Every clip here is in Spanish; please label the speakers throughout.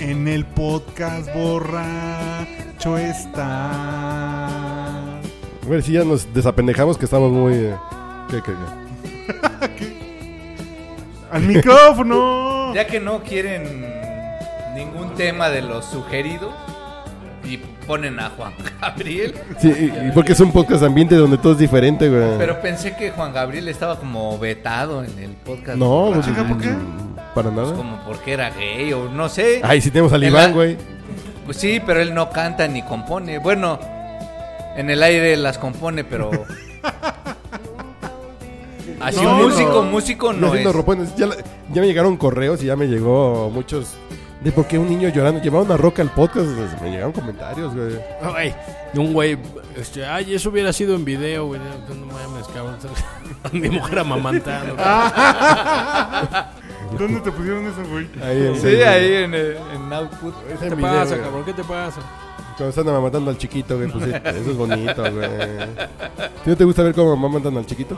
Speaker 1: En el podcast borracho está.
Speaker 2: A ver si ya nos desapendejamos que estamos muy... eh, ¿Qué, qué, qué?
Speaker 1: ¡Al micrófono!
Speaker 3: Ya que no quieren ningún tema de los sugeridos y ponen a Juan Gabriel.
Speaker 2: Sí, y- y porque es un podcast ambiente donde todo es diferente, güey.
Speaker 3: Pero pensé que Juan Gabriel estaba como vetado en el podcast.
Speaker 2: No,
Speaker 3: Pues,
Speaker 2: pues,
Speaker 1: Chica, ¿por qué?
Speaker 2: Para nada.
Speaker 3: como porque era gay o no sé.
Speaker 2: Ay, sí tenemos al
Speaker 3: En
Speaker 2: Iván,
Speaker 3: la-
Speaker 2: güey.
Speaker 3: Pues sí, pero él no canta ni compone. Bueno, en el aire las compone, pero. Así
Speaker 1: No,
Speaker 3: un músico,
Speaker 1: no.
Speaker 3: músico
Speaker 2: No
Speaker 3: no es.
Speaker 2: haciendo ropones. Ya, la- ya me llegaron correos y ya me llegó muchos de por qué un niño llorando llevaba una roca al podcast. Me llegaron comentarios, güey.
Speaker 4: Ay, un güey, este, ay, eso hubiera sido en video, güey. No no mames, cabrón. Mi mujer amamantando.
Speaker 1: ¿Dónde te pusieron eso, güey?
Speaker 2: Ahí en-
Speaker 3: Sí, ahí en, eh, en Output.
Speaker 2: Es
Speaker 4: ¿Qué
Speaker 2: en
Speaker 4: te
Speaker 2: video,
Speaker 4: pasa,
Speaker 2: güey.
Speaker 4: cabrón? ¿Qué te pasa?
Speaker 2: Cuando están amamantando al chiquito, güey. Pues, eh, eso es bonito, güey. ¿Tú no te gusta ver cómo amamantan al chiquito?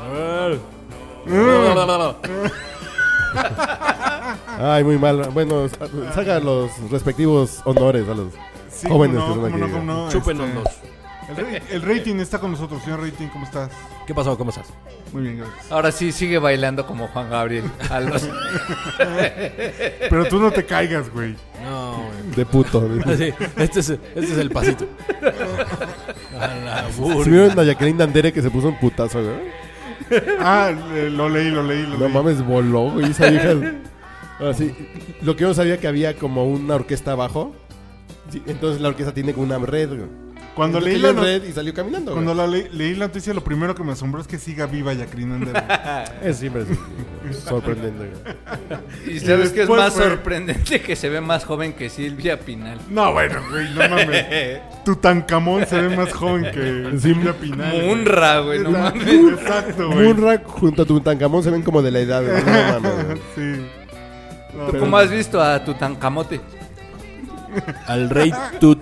Speaker 4: A ver.
Speaker 1: Ah,
Speaker 4: No, no, no, no.
Speaker 3: Ah.
Speaker 2: Ay, muy mal. Bueno, sa- saca los respectivos honores a los.
Speaker 1: Sí,
Speaker 2: Jóvenes
Speaker 1: cómo
Speaker 2: que son
Speaker 1: no,
Speaker 2: aquí,
Speaker 1: cómo no, cómo no,
Speaker 4: Chúpenos
Speaker 1: este,
Speaker 4: los.
Speaker 1: El, ra- el rating está con nosotros, señor rating, ¿cómo estás?
Speaker 4: ¿Qué pasó? ¿Cómo estás?
Speaker 1: Muy bien,
Speaker 4: Eh.
Speaker 1: gracias.
Speaker 3: Ahora sí sigue bailando como Juan Gabriel. A los-
Speaker 1: Pero tú no te caigas, güey.
Speaker 4: No, güey.
Speaker 2: De puto. güey.
Speaker 4: Así, este, es, este es el pasito. A la
Speaker 2: ¿Sí
Speaker 4: burla.
Speaker 2: vieron a Jacqueline Dandere que se puso un putazo, güey?
Speaker 1: Ah, eh, lo leí, lo leí, lo
Speaker 2: No
Speaker 1: leí.
Speaker 2: mames, voló, güey, esa vieja. Ahora sí, lo que yo no sabía que había como una orquesta abajo. Sí, entonces la orquesta tiene como una red, güey.
Speaker 1: Cuando
Speaker 2: Entonces
Speaker 1: leí la
Speaker 2: tenía
Speaker 1: no-
Speaker 2: red y salió caminando,
Speaker 1: Cuando
Speaker 2: güey.
Speaker 1: la le- leí la noticia, lo primero que me asombró es que siga viva Jacqueline Ander.
Speaker 2: Eso siempre es sorprendente, güey.
Speaker 3: y sabes que es
Speaker 1: después
Speaker 3: más
Speaker 1: fue-
Speaker 3: sorprendente que se ve más joven que Silvia Pinal.
Speaker 1: No, bueno, güey, no mames. Tutankamón se ve más joven que Silvia Pinal. güey.
Speaker 3: Munra, güey, no
Speaker 1: Exacto,
Speaker 3: mames.
Speaker 1: Exacto, güey.
Speaker 2: Munra junto a Tutankamón se ven como de la edad, güey. No mames, güey.
Speaker 1: Sí. No,
Speaker 2: Pero-
Speaker 3: ¿Cómo has visto a Tutankamote?
Speaker 4: Al rey Tut.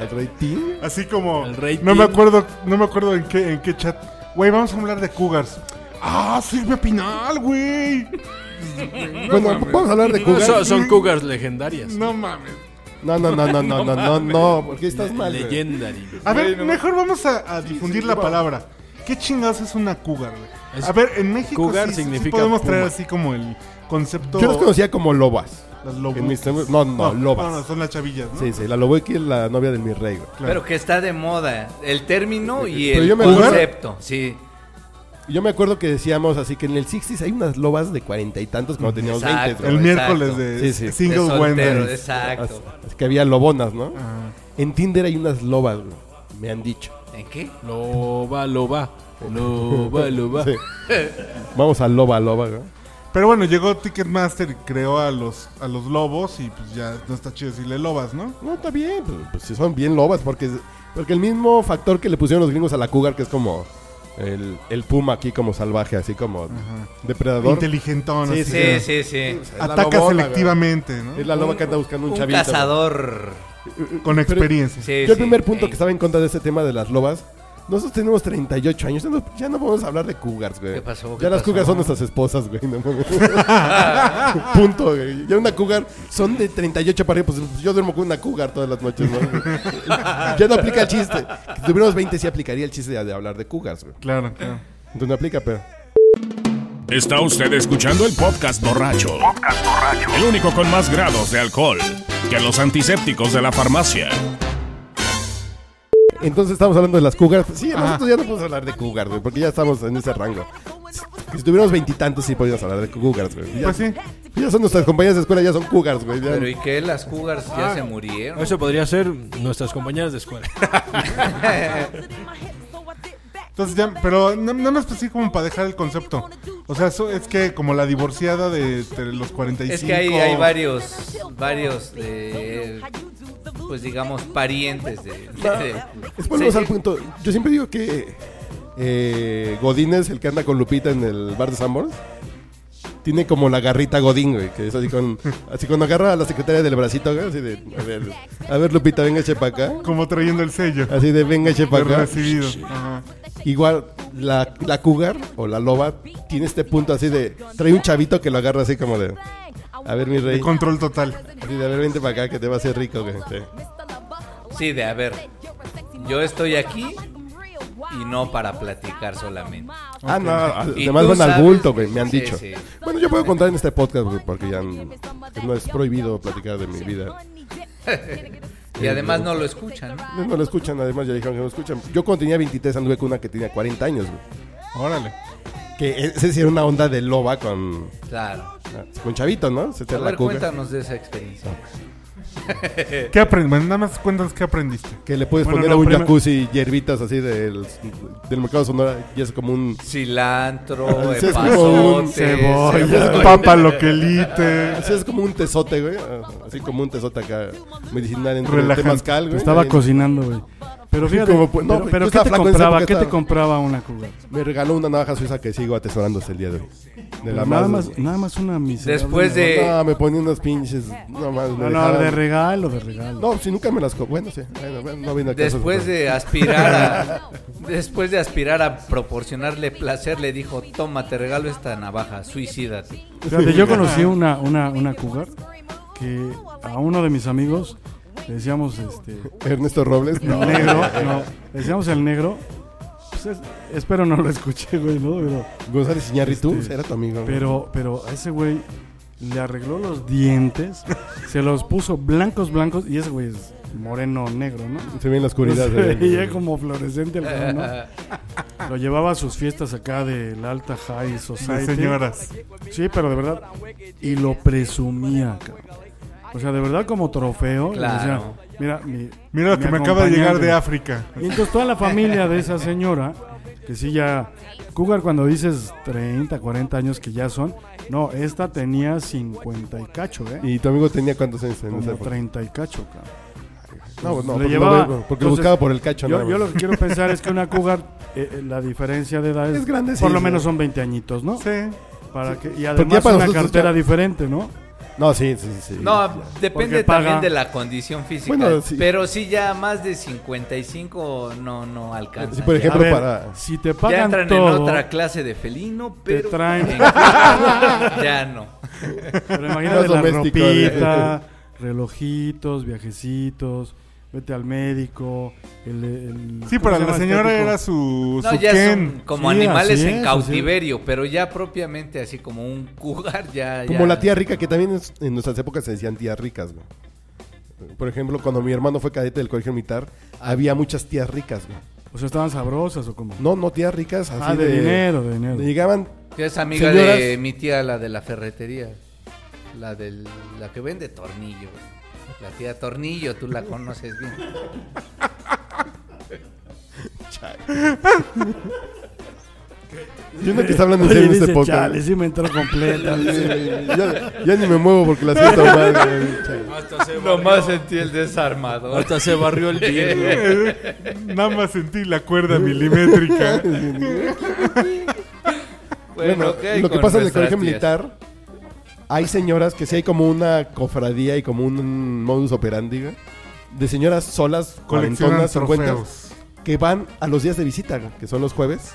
Speaker 2: El rey Tim.
Speaker 1: Así como
Speaker 4: El rating.
Speaker 1: no me acuerdo, no me acuerdo en qué en qué chat. Güey, vamos a hablar de cougars. Ah, Silvia Pinal, güey.
Speaker 2: Bueno, vamos a hablar de
Speaker 4: No,
Speaker 2: Cougar.
Speaker 4: son, son cougars legendarias.
Speaker 1: No mames.
Speaker 2: No, no, no, no, no, no, no, no, porque estás mal. güey.
Speaker 4: Legendary.
Speaker 1: A ver,
Speaker 3: Güey, no.
Speaker 1: mejor vamos a, a difundir
Speaker 2: sí,
Speaker 1: la
Speaker 2: va.
Speaker 1: palabra. ¿Qué chingados es una cougar? güey?
Speaker 4: Es-
Speaker 1: a ver, en México
Speaker 4: cougar
Speaker 1: sí- sí,
Speaker 4: significa
Speaker 1: podemos traer
Speaker 4: puma.
Speaker 1: así como el concepto
Speaker 2: Yo las conocía como lobas.
Speaker 1: las
Speaker 2: En mis
Speaker 1: lobuques.
Speaker 2: tiempos- No, no, lobas.
Speaker 1: no, son las chavillas, ¿no?
Speaker 2: Sí, sí, la lobuki es la novia del mi rey, güey.
Speaker 1: Claro.
Speaker 3: Pero que está de moda. El término y
Speaker 2: Pero
Speaker 3: el
Speaker 2: yo me acuerdo-
Speaker 3: concepto. Sí.
Speaker 2: Yo me acuerdo que decíamos así que en el 60s hay unas lobas de cuarenta y tantos cuando teníamos 20.
Speaker 3: Exacto.
Speaker 2: güey.
Speaker 1: El
Speaker 3: Exacto.
Speaker 1: miércoles de
Speaker 2: Sí, sí.
Speaker 3: De
Speaker 1: Single
Speaker 3: soltero,
Speaker 1: Wednesday.
Speaker 3: exacto.
Speaker 2: Así que había lobonas, ¿no?
Speaker 1: Ajá.
Speaker 2: En Tinder hay unas lobas, güey, me han dicho.
Speaker 3: ¿En qué?
Speaker 4: Loba, loba. Loba, loba.
Speaker 2: Sí. Vamos a loba, loba, güey.
Speaker 1: Pero bueno, llegó Ticketmaster y creó a los, a los lobos y pues ya no está chido decirle lobas, ¿no?
Speaker 2: No, está bien, pues, pues, sí son bien lobas, porque, porque el mismo factor que le pusieron los gringos a la cougar, que es como el, el puma aquí como salvaje, así como depredador.
Speaker 1: Inteligentón.
Speaker 2: Sí,
Speaker 1: así
Speaker 2: sí,
Speaker 1: que
Speaker 3: Sí, sí, sí.
Speaker 2: Es la
Speaker 1: Ataca
Speaker 2: lobona,
Speaker 1: selectivamente,
Speaker 2: güey.
Speaker 1: ¿no?
Speaker 2: Es la loba que anda buscando un,
Speaker 3: Un
Speaker 2: chavito.
Speaker 3: cazador.
Speaker 1: Con experiencia.
Speaker 3: Sí,
Speaker 2: Yo el
Speaker 3: sí.
Speaker 2: primer punto
Speaker 3: Ey.
Speaker 2: que estaba en contra de este tema de las lobas, nosotros tenemos 38 años, ya no, ya no podemos hablar de cougars, güey.
Speaker 3: ¿Qué pasó?
Speaker 2: ya
Speaker 3: ¿Qué
Speaker 2: las
Speaker 3: pasó?
Speaker 2: cougars son nuestras esposas, güey. no mames. punto, güey. Ya una cougar, son de 38 para arriba, pues yo duermo con una cougar todas las noches, ¿no? ya no aplica el chiste. Si tuviéramos 20 sí aplicaría el chiste de, de hablar de cougars, güey.
Speaker 1: Claro, claro.
Speaker 2: Entonces no aplica, pero...
Speaker 5: Está usted escuchando el podcast borracho. El único con más grados de alcohol que los antisépticos de la farmacia.
Speaker 2: Entonces estamos hablando de las cougars. Sí, nosotros ya no podemos hablar de cougars, güey, porque ya estamos en ese rango. Si tuviéramos veintitantos sí podríamos hablar de cougars, güey. Ya-
Speaker 1: Pues sí.
Speaker 2: Ya son nuestras compañeras de escuela, ya son cougars, güey. ya.
Speaker 3: Pero ¿y qué? Las cougars ya
Speaker 2: Ah,
Speaker 3: se murieron.
Speaker 4: Eso podría ser nuestras compañeras de escuela.
Speaker 1: Entonces ya, pero na- nada más pues sí como para dejar el concepto. O sea, eso es que como la divorciada de, entre los 45.
Speaker 3: Es que hay, hay varios, varios, eh, pues digamos, parientes de... de-
Speaker 2: Es volvemos
Speaker 3: Sí,
Speaker 2: al
Speaker 3: sí.
Speaker 2: punto. Yo siempre digo que eh, Godín es el que anda con Lupita en el bar de Sambor. Tiene como la garrita Godín, güey, que es así con... Así cuando agarra a la secretaria del bracito, güey, así de... A ver, a ver Lupita, venga, eche pa' acá.
Speaker 1: Como trayendo el sello.
Speaker 2: Así de, venga, eche pa'
Speaker 1: de
Speaker 2: acá.
Speaker 1: recibido. Ajá.
Speaker 2: Igual, la, la cougar o la loba tiene este punto así de... Trae un chavito que lo agarra así como de... A ver, mi rey.
Speaker 1: De control total.
Speaker 2: Así de, a ver, vente para acá que te va a hacer rico. güey. Sí.
Speaker 3: Sí, de a ver. Yo estoy aquí y no para platicar solamente.
Speaker 2: Ah, no,
Speaker 3: Y
Speaker 2: además
Speaker 3: tú
Speaker 2: van al
Speaker 3: sabes-
Speaker 2: bulto, güey, me han
Speaker 3: Sí,
Speaker 2: dicho.
Speaker 3: sí.
Speaker 2: Bueno, yo puedo contar en este podcast güey, porque ya n- no es prohibido platicar de mi vida.
Speaker 3: Y además no lo escuchan. ¿no?
Speaker 2: No, no lo escuchan, además ya dijeron que no lo escuchan. Yo cuando tenía 23 anduve con una que tenía 40 años, güey.
Speaker 1: Órale.
Speaker 2: Que e, ese sí era una onda de loba con, ah,
Speaker 3: Claro.
Speaker 2: con chavito, ¿no? Se te
Speaker 3: A
Speaker 2: la
Speaker 3: ver,
Speaker 2: cuca.
Speaker 3: cuéntanos de esa experiencia.
Speaker 1: ¿Qué aprendiste? Nada más cuéntanos qué aprendiste.
Speaker 2: Que le puedes
Speaker 1: Bueno,
Speaker 2: poner
Speaker 1: no,
Speaker 2: a un
Speaker 1: primero-
Speaker 2: jacuzzi hierbitas así del, del mercado sonora y es como un...
Speaker 3: Cilantro,
Speaker 2: Sí, es como un
Speaker 3: epazote,
Speaker 2: cebolla.
Speaker 3: cebolla.
Speaker 1: Papa loquelite.
Speaker 2: Así es como un tesote, güey. ah, Así como un tesote acá medicinal entre
Speaker 1: Relajante.
Speaker 2: temazcal,
Speaker 6: Te
Speaker 2: güey.
Speaker 6: estaba
Speaker 2: Ahí-
Speaker 6: cocinando, güey. Pero
Speaker 2: Sí,
Speaker 6: fíjate,
Speaker 2: como, pues, no,
Speaker 6: pero,
Speaker 2: güey,
Speaker 6: pero
Speaker 2: tú
Speaker 6: ¿qué
Speaker 2: estabas
Speaker 6: te
Speaker 2: flaco en esa
Speaker 6: compraba?
Speaker 2: época,
Speaker 6: ¿Qué te
Speaker 2: estaba-
Speaker 6: compraba una cuba?
Speaker 2: Me regaló una navaja suiza que sigo atesorando hasta el día de hoy. De la
Speaker 6: nada,
Speaker 2: más...
Speaker 6: más, nada más una miserable.
Speaker 3: Después de...
Speaker 2: No, me ponía unos pinches... No, más, me
Speaker 6: No, no, de
Speaker 2: dejaban-
Speaker 6: regalo, de regalo.
Speaker 2: No, si nunca me las... co- Bueno, sí. Bueno, bueno, no viene al caso,
Speaker 3: Después
Speaker 2: pero-
Speaker 3: de aspirar a... Después de aspirar a proporcionarle placer, le dijo, toma, te regalo esta navaja, suicídate.
Speaker 6: Fíjate, yo conocí una, una, una cougar que a uno de mis amigos le decíamos este
Speaker 2: Ernesto Robles.
Speaker 6: el negro, no, le decíamos el negro. Pues es- espero no lo escuché, güey, ¿no? Pero,
Speaker 2: González Iñárritu
Speaker 6: Este,
Speaker 2: era tu amigo. güey.
Speaker 6: pero, pero a ese güey le arregló los dientes, se los puso blancos, blancos, y ese güey es moreno, negro, ¿no?
Speaker 2: se ve en la oscuridad.
Speaker 6: No
Speaker 2: güey.
Speaker 6: se veía como fluorescente el cabrón, ¿no? Lo llevaba a sus fiestas acá de la alta high
Speaker 1: De
Speaker 6: society.
Speaker 1: señoras.
Speaker 6: Sí, pero de verdad. Y lo presumía, cabrón. O sea, de verdad como trofeo. le
Speaker 3: Claro.
Speaker 6: decía, mira, mi,
Speaker 1: Mira lo
Speaker 6: mi
Speaker 1: que me acaba de llegar de
Speaker 6: acompañante".
Speaker 1: África.
Speaker 6: Y entonces toda la familia de esa señora, que sí ya... Cougar cuando dices 30, 40 años que ya son, no, esta tenía 50 y cacho, ¿eh?
Speaker 2: ¿Y tu amigo tenía cuántos años en esa
Speaker 6: Como
Speaker 2: época?
Speaker 6: 30 y cacho, cabrón.
Speaker 2: No, pues no,
Speaker 6: Le
Speaker 2: porque,
Speaker 6: llevaba-
Speaker 2: lo- porque
Speaker 6: entonces,
Speaker 2: buscaba por el cacho.
Speaker 6: Yo,
Speaker 2: nada
Speaker 6: yo
Speaker 2: más.
Speaker 6: lo que quiero pensar es que una cougar, eh, eh, la diferencia de edad es,
Speaker 2: Es grande,
Speaker 6: por
Speaker 2: sí,
Speaker 6: lo
Speaker 2: sí.
Speaker 6: menos son 20 añitos, ¿no?
Speaker 1: Sí.
Speaker 6: Para que, y
Speaker 2: ya
Speaker 6: además
Speaker 2: para
Speaker 6: una
Speaker 2: nosotros
Speaker 6: cartera
Speaker 2: ya-
Speaker 6: diferente, ¿no?
Speaker 2: No, sí, sí, sí.
Speaker 3: No, depende
Speaker 6: Porque paga.
Speaker 3: también de la condición física.
Speaker 2: Bueno, sí.
Speaker 3: Pero sí, ya más de 55 no, no alcanza.
Speaker 2: Sí, por
Speaker 3: ya.
Speaker 6: A
Speaker 2: ejemplo,
Speaker 6: ver,
Speaker 2: para-
Speaker 6: si te
Speaker 3: ya,
Speaker 6: pagan
Speaker 3: entran en
Speaker 6: todo,
Speaker 3: otra clase de felino, pero...
Speaker 6: traen-
Speaker 3: en- ya no.
Speaker 6: pero imagínate
Speaker 2: Más
Speaker 6: la
Speaker 2: doméstico,
Speaker 6: ropita, relojitos, viajecitos, vete al médico, el- el-
Speaker 1: Sí,
Speaker 6: ¿cómo
Speaker 1: para
Speaker 6: se
Speaker 1: la
Speaker 6: llama
Speaker 1: señora
Speaker 6: estético?
Speaker 1: era su,
Speaker 2: Pues
Speaker 3: No,
Speaker 1: su
Speaker 3: ya son
Speaker 1: Ken.
Speaker 3: como
Speaker 6: Sí,
Speaker 3: animales
Speaker 6: así
Speaker 3: en
Speaker 6: es,
Speaker 3: cautiverio, pero ya propiamente así como un cougar, ya...
Speaker 2: Como
Speaker 3: ya.
Speaker 2: la tía rica, que también es- en nuestras épocas se decían tías ricas, güey. Por ejemplo, cuando mi hermano fue cadete del colegio militar, había muchas tías ricas, güey.
Speaker 6: O sea, estaban sabrosas o como.
Speaker 2: No, no tías ricas, así
Speaker 6: ah, de, dinero, de dinero.
Speaker 2: Llegaban,
Speaker 3: Que es amiga
Speaker 2: Señoras.
Speaker 3: de mi tía, la de la ferretería. La, del, la que vende tornillo. La tía Tornillo, tú la conoces bien.
Speaker 2: yo no que está hablando en
Speaker 6: Oye,
Speaker 2: serio en
Speaker 6: dice,
Speaker 2: este podcast.
Speaker 6: chale, sí me entró completa.
Speaker 2: Eh, ya, ya ni me muevo porque la siento mal, güey. Chale.
Speaker 4: Hasta se
Speaker 3: Nomás sentí el desarmador.
Speaker 4: Hasta se barrió el día.
Speaker 1: Nada más sentí la cuerda milimétrica.
Speaker 2: Bueno, lo que pasa en el colegio militar, hay señoras que sí hay como una cofradía y como un modus operandi, güey, de señoras solas,
Speaker 1: Coleccionan
Speaker 2: cuarentonas, cincuentas,
Speaker 1: trofeos.
Speaker 2: que van a los días de visita, güey, que son los jueves.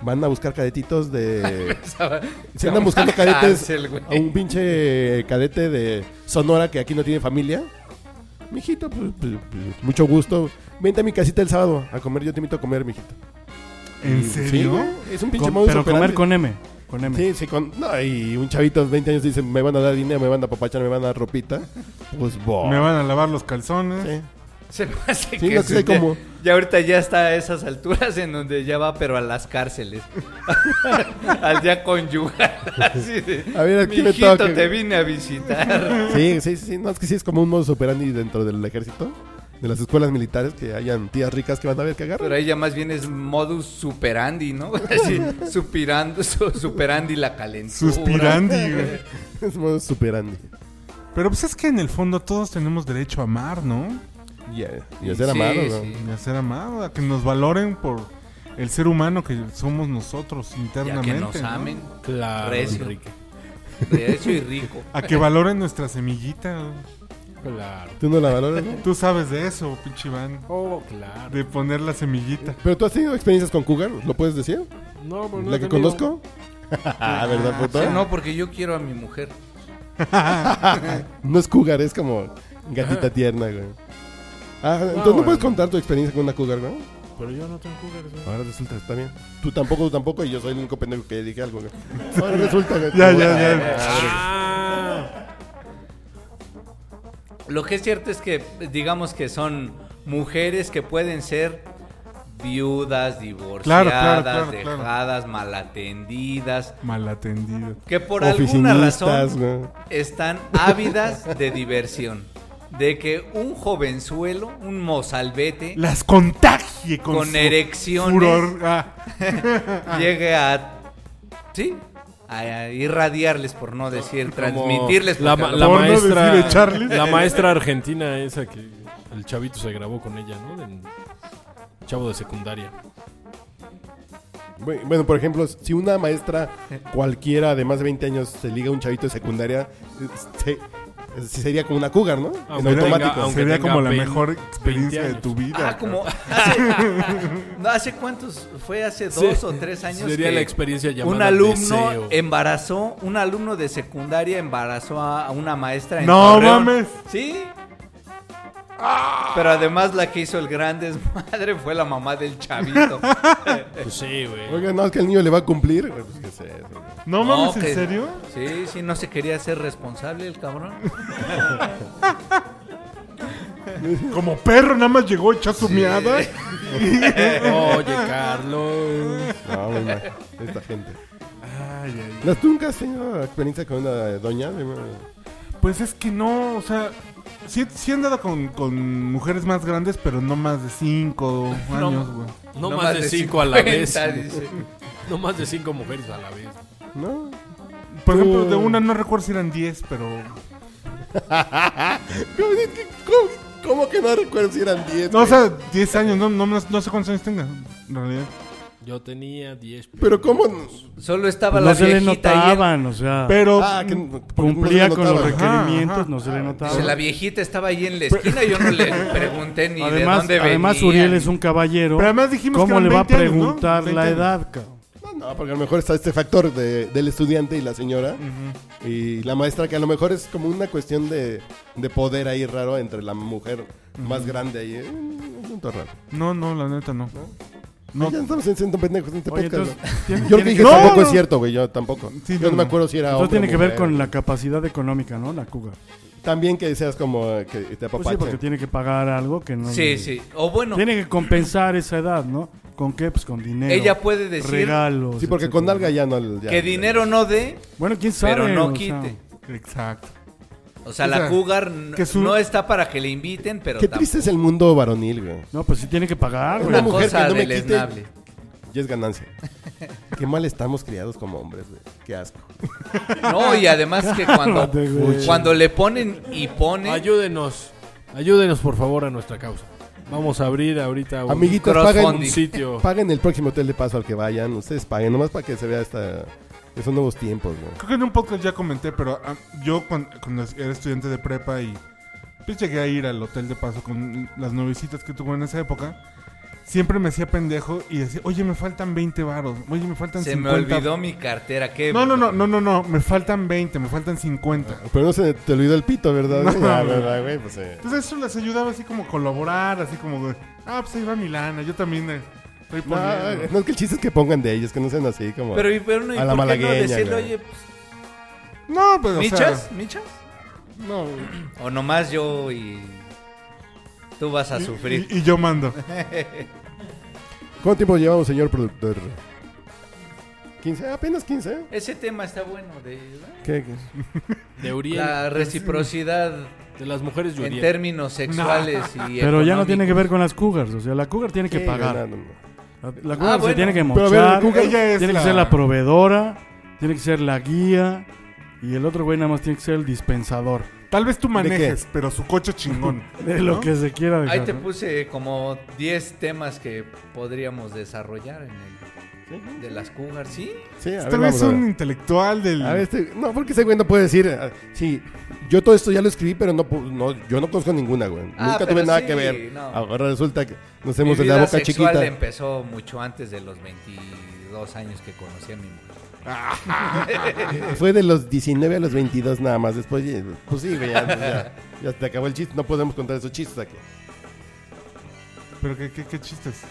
Speaker 2: Van a buscar cadetitos de... se andan buscando cadetes a un pinche cadete de Sonora que aquí no tiene familia. Mijito, pues, pues, pues, mucho gusto. Vente a mi casita el sábado a comer. Yo te invito a comer, mijito. pues,
Speaker 1: ¿En
Speaker 2: Sí,
Speaker 1: serio?
Speaker 2: güey, es un pinche
Speaker 6: Com-
Speaker 2: modus
Speaker 6: pero comer
Speaker 2: operandi.
Speaker 6: con M. Con M.
Speaker 2: Sí, sí, con... No, y un chavito de 20 años dice, me van a dar dinero, me van a papachar, me van a dar ropita. Pues, bo.
Speaker 1: Me van a lavar los calzones.
Speaker 2: Sí.
Speaker 3: Se me hace
Speaker 2: Sí,
Speaker 3: que
Speaker 2: no sé
Speaker 3: se-
Speaker 2: cómo.
Speaker 3: Ya ahorita ya está a esas alturas en donde ya va, pero a las cárceles. Al día conyugal. Así de,
Speaker 2: A ver, aquí me
Speaker 3: "Mijito,
Speaker 2: toca".
Speaker 3: te vine a visitar.
Speaker 2: sí, sí, sí. No, es que sí es como un modus operandi dentro del ejército, de las escuelas militares, que hayan tías ricas que van a ver que agarran.
Speaker 3: Pero ahí ya más bien es modus superandi, ¿no? Así, supirando, su- superandi la calentura.
Speaker 1: Suspirandi, güey.
Speaker 2: es modus operandi.
Speaker 1: Pero pues es que en el fondo todos tenemos derecho a amar, ¿no?
Speaker 2: Ya, Y hacer
Speaker 3: Sí,
Speaker 2: amado,
Speaker 3: sí.
Speaker 2: ¿no?
Speaker 1: Y a ser amado, a que nos valoren por el ser humano que somos nosotros
Speaker 3: Y a
Speaker 1: internamente.
Speaker 3: que nos
Speaker 1: ¿no?
Speaker 3: amen.
Speaker 4: Claro,
Speaker 3: Recio.
Speaker 4: Enrique.
Speaker 3: Derecho y rico.
Speaker 1: A que valoren nuestra semillita. güey.
Speaker 4: Claro.
Speaker 2: Tú no la valoras, ¿no?
Speaker 1: Tú sabes de eso, pinche Iván.
Speaker 4: Oh, claro.
Speaker 1: De poner la semillita.
Speaker 2: Pero tú has tenido experiencias con Cougar, ¿lo puedes decir?
Speaker 4: No, pues no
Speaker 2: ¿La
Speaker 4: he
Speaker 2: que
Speaker 4: tenido-
Speaker 2: conozco? Ah, ¿verdad, puto?
Speaker 3: Sí, no, porque yo quiero a mi mujer.
Speaker 2: No es cougar, es como gatita tierna, güey. Ah, entonces no
Speaker 4: bueno.
Speaker 2: puedes contar tu experiencia con una cougar, ¿no?
Speaker 4: Pero yo no tengo cougar, güey.
Speaker 2: Ahora resulta, está bien. Tú tampoco, tú tampoco, y yo soy el único pendejo que dije algo, güey. Ahora resulta, güey.
Speaker 1: Ya, ya, ya.
Speaker 4: Ah,
Speaker 3: Lo que es cierto es que, digamos que son mujeres que pueden ser viudas, divorciadas,
Speaker 1: Claro, claro, claro, claro.
Speaker 3: dejadas, malatendidas,
Speaker 1: Malatendido.
Speaker 3: que por alguna
Speaker 2: Oficinistas,
Speaker 3: razón
Speaker 2: güey.
Speaker 3: están ávidas de diversión. De que un jovenzuelo, un mozalbete,
Speaker 1: Las contagie con,
Speaker 3: Con
Speaker 1: su
Speaker 3: erecciones.
Speaker 1: furor. Ah,
Speaker 3: llegue a. ¿Sí? A irradiarles, por no decir,
Speaker 4: como
Speaker 3: transmitirles.
Speaker 4: la, ma-
Speaker 3: porque a lo
Speaker 4: la
Speaker 1: Por no
Speaker 4: maestra
Speaker 1: decir echarles.
Speaker 4: la maestra argentina esa que el chavito se grabó con ella no Del chavo de secundaria
Speaker 2: Güey, Bueno, por ejemplo, si una maestra cualquiera de más de 20 años se liga a un chavito de secundaria, se- se- sería como una cougar, ¿no? En
Speaker 4: Aunque
Speaker 2: automático.
Speaker 4: tenga- aunque
Speaker 1: sería
Speaker 4: tenga
Speaker 1: como la
Speaker 4: 20
Speaker 1: mejor experiencia de
Speaker 4: años.
Speaker 1: tu vida.
Speaker 3: Ah, como hace, no, ¿hace cuántos, fue hace dos
Speaker 4: Sí.
Speaker 3: o tres años.
Speaker 4: Sería
Speaker 3: que
Speaker 4: la experiencia llamada
Speaker 3: Un alumno
Speaker 4: deseo.
Speaker 3: embarazó, un alumno de secundaria embarazó a, a una maestra en
Speaker 1: No
Speaker 3: Torreón.
Speaker 1: mames.
Speaker 3: Sí. Pero además la que hizo el gran desmadre fue la mamá del chavito.
Speaker 4: pues sí güey
Speaker 2: Oiga, no, es que el niño le va a cumplir. Güey, Pues, ¿qué es eso, güey?
Speaker 1: No mames, ¿en
Speaker 3: que-
Speaker 1: serio?
Speaker 3: Sí, sí, no se quería ser responsable el cabrón.
Speaker 1: Como perro, nada más llegó echó su miada.
Speaker 4: oye Carlos
Speaker 2: No, muy mal. Esta gente.
Speaker 1: Ay, ay,
Speaker 2: ¿No, ¿Tú nunca has tenido experiencia con una doña? De-
Speaker 1: Pues es que no, o sea, sí, sí he andado con, con mujeres más grandes, pero no más de 5 años, güey.
Speaker 4: no, más, de cinco a la
Speaker 3: 50,
Speaker 4: vez
Speaker 3: dice.
Speaker 4: no más de cinco mujeres a la vez
Speaker 2: No.
Speaker 1: Por
Speaker 2: Tú-
Speaker 1: ejemplo, de una no recuerdo si eran 10, pero...
Speaker 2: ¿Cómo, es que- cómo- cómo que no recuerdo si eran 10?
Speaker 1: No, o
Speaker 2: güey?
Speaker 1: sea, 10 años, no, no, no sé cuántos años tenga, en realidad.
Speaker 2: Ah.
Speaker 4: yo tenía diez
Speaker 2: Pero cómo... no?
Speaker 3: Solo estaba
Speaker 6: Pues No
Speaker 3: la
Speaker 6: se le
Speaker 3: viejita ahí en-
Speaker 6: notaban, o sea,
Speaker 1: Pero...
Speaker 2: Ah, que no- porque no
Speaker 6: cumplía
Speaker 2: se
Speaker 6: con los
Speaker 2: notaba.
Speaker 6: requerimientos,
Speaker 1: Ajá, ajá.
Speaker 6: no se le
Speaker 3: Dice, la
Speaker 6: notaba.
Speaker 3: viejita estaba ahí en la esquina, yo no le pregunté ni
Speaker 6: Además,
Speaker 3: de dónde
Speaker 6: además
Speaker 3: venía,
Speaker 6: Uriel
Speaker 3: ni-
Speaker 6: es un caballero.
Speaker 1: Pero además dijimos que
Speaker 6: ¿Cómo
Speaker 1: eran
Speaker 6: le va a
Speaker 1: 20 años, ¿no?
Speaker 6: preguntar
Speaker 1: 20
Speaker 6: la
Speaker 1: años.
Speaker 6: edad, cabrón?
Speaker 2: No, no, porque a lo mejor está este factor de- del estudiante y la señora. Y la maestra, que a lo mejor es como una cuestión de, de poder ahí raro entre la mujer más grande ahí. eh, Un punto raro.
Speaker 1: No, no, la neta no. No,
Speaker 2: Ya estamos siendo pendejos en este
Speaker 6: Oye,
Speaker 2: podcast.
Speaker 6: entonces,
Speaker 2: ¿no?
Speaker 6: tiene-
Speaker 2: yo lo
Speaker 6: tiene
Speaker 2: que dije
Speaker 1: que-
Speaker 2: tampoco
Speaker 1: No,
Speaker 2: es
Speaker 1: no.
Speaker 2: cierto, güey. Yo tampoco.
Speaker 1: Sí,
Speaker 2: yo
Speaker 1: no,
Speaker 2: no,
Speaker 1: no.
Speaker 2: me acuerdo si era
Speaker 6: Entonces
Speaker 2: hombre
Speaker 6: tiene
Speaker 2: o
Speaker 6: que ver
Speaker 2: mujer.
Speaker 6: con la capacidad económica, ¿no? La cougar.
Speaker 2: También que seas como eh, que te
Speaker 6: Pues sí,
Speaker 2: apapachen.
Speaker 6: porque tiene que pagar algo que no...
Speaker 3: Sí, sí. O bueno,
Speaker 6: Tiene que compensar esa edad, ¿no? ¿Con qué? Pues con dinero.
Speaker 3: ella puede decir
Speaker 6: Regalos.
Speaker 2: Sí, porque con
Speaker 6: etcétera.
Speaker 2: alga ya no. ya-
Speaker 3: que dinero no dé,
Speaker 6: Bueno, quién sabe.
Speaker 3: pero no
Speaker 6: o sea,
Speaker 3: quite.
Speaker 1: Exacto.
Speaker 3: O sea,
Speaker 1: O sea,
Speaker 3: la cougar n-
Speaker 1: que su-
Speaker 3: no está para que le inviten, pero
Speaker 2: Qué
Speaker 3: tampoco.
Speaker 2: triste es el mundo varonil, güey.
Speaker 6: no, pues sí tiene que
Speaker 2: Una
Speaker 6: pagar, güey.
Speaker 3: Una
Speaker 2: mujer que
Speaker 3: cosa
Speaker 2: no me quite.
Speaker 3: deleznable.
Speaker 2: Ya es ganancia. Qué mal estamos criados como hombres, güey. Qué asco.
Speaker 3: No, y además que cuando,
Speaker 6: Cálmate, güey.
Speaker 3: cuando le ponen y ponen,
Speaker 4: ayúdenos ayúdenos por favor a nuestra causa vamos a abrir ahorita un,
Speaker 2: Amiguitos,
Speaker 4: un
Speaker 3: Crowdfunding.
Speaker 2: paguen,
Speaker 4: sitio
Speaker 2: paguen el próximo hotel de paso al que vayan. Ustedes paguen, nomás para que se vea esta, esos nuevos tiempos, güey.
Speaker 1: Creo que en un podcast ya comenté, pero ah, yo cuan- cuando, era estudiante de prepa y pues llegué a ir al hotel de paso con las novicitas que tuve en esa época, siempre me hacía pendejo y decía, oye, me faltan 20 varos, oye, me faltan
Speaker 3: se me
Speaker 1: 50.
Speaker 3: olvidó mi cartera. ¿qué?
Speaker 1: No, no, no, no, no, no, me faltan 20, me faltan 50.
Speaker 2: Pero no se te olvidó el pito, ¿verdad?
Speaker 1: No.
Speaker 2: Ah, ¿verdad, güey? Pues, eh.
Speaker 1: Entonces eso les ayudaba así como a colaborar, así como, ah, pues ahí va Milana, yo también eh, estoy
Speaker 2: No,
Speaker 1: poniendo.
Speaker 6: eh,
Speaker 2: no, es que el chiste es que pongan de ellos, que no sean así como...
Speaker 3: Pero, y, pero, no, ¿y
Speaker 2: A la
Speaker 3: por qué no
Speaker 2: malagueña,
Speaker 3: decirle,
Speaker 2: güey.
Speaker 3: oye, pues,
Speaker 1: No, pues, o sea,
Speaker 3: ¿michas? ¿Michas?
Speaker 1: no,
Speaker 3: O nomás yo y tú vas a sufrir.
Speaker 1: y, y yo mando.
Speaker 2: ¿Cuánto tiempo llevamos, señor productor? ¿15? Apenas 15.
Speaker 3: Ese tema está bueno de ¿verdad?
Speaker 2: ¿Qué?
Speaker 4: de Uriel
Speaker 3: la reciprocidad
Speaker 4: de las mujeres de
Speaker 3: en
Speaker 4: Uriel
Speaker 3: términos sexuales y
Speaker 6: Pero ya no tiene que
Speaker 3: económicos.
Speaker 6: ver con las cougars. O sea, la cougar tiene que
Speaker 2: ¿Qué?
Speaker 6: pagar.
Speaker 2: No, no, no.
Speaker 6: La, la cougar se
Speaker 3: Ah, bueno.
Speaker 6: tiene que
Speaker 2: Pero a ver,
Speaker 6: mochar.
Speaker 2: la cougar-
Speaker 1: ella es
Speaker 6: tiene
Speaker 1: la-
Speaker 6: que ser la proveedora. Tiene que ser la guía. Y el otro güey nada más tiene que ser el dispensador.
Speaker 1: Tal vez tú
Speaker 2: qué?
Speaker 1: manejes, pero su coche chingón.
Speaker 6: De lo
Speaker 1: ¿no?
Speaker 6: que se quiera dejar.
Speaker 3: Ahí te
Speaker 6: ¿no?
Speaker 3: puse como 10 temas que podríamos desarrollar en el de las cougars, ¿sí?
Speaker 2: Sí, a
Speaker 1: Tal
Speaker 2: ver,
Speaker 1: vez
Speaker 2: vamos a ver.
Speaker 1: un intelectual del...
Speaker 2: A ver, este- no, porque ese güey no puede decir. ah, Sí, yo todo esto ya lo escribí, pero no, pu- no yo no conozco ninguna, güey.
Speaker 3: Ah,
Speaker 2: Nunca
Speaker 3: pero
Speaker 2: tuve nada
Speaker 3: sí,
Speaker 2: que ver.
Speaker 3: no.
Speaker 2: Ahora resulta que nos
Speaker 3: Mi
Speaker 2: hemos de
Speaker 3: vida
Speaker 2: la boca
Speaker 3: sexual
Speaker 2: chiquita.
Speaker 3: empezó mucho antes de los 22 años que conocí a mi mujer.
Speaker 2: Fue de los 19 a los 22 nada más. Después, ya- pues sí, güey, ya, ya- ya te acabó el chiste. No podemos contar esos chistes aquí.
Speaker 1: Pero qué, qué, qué chistes.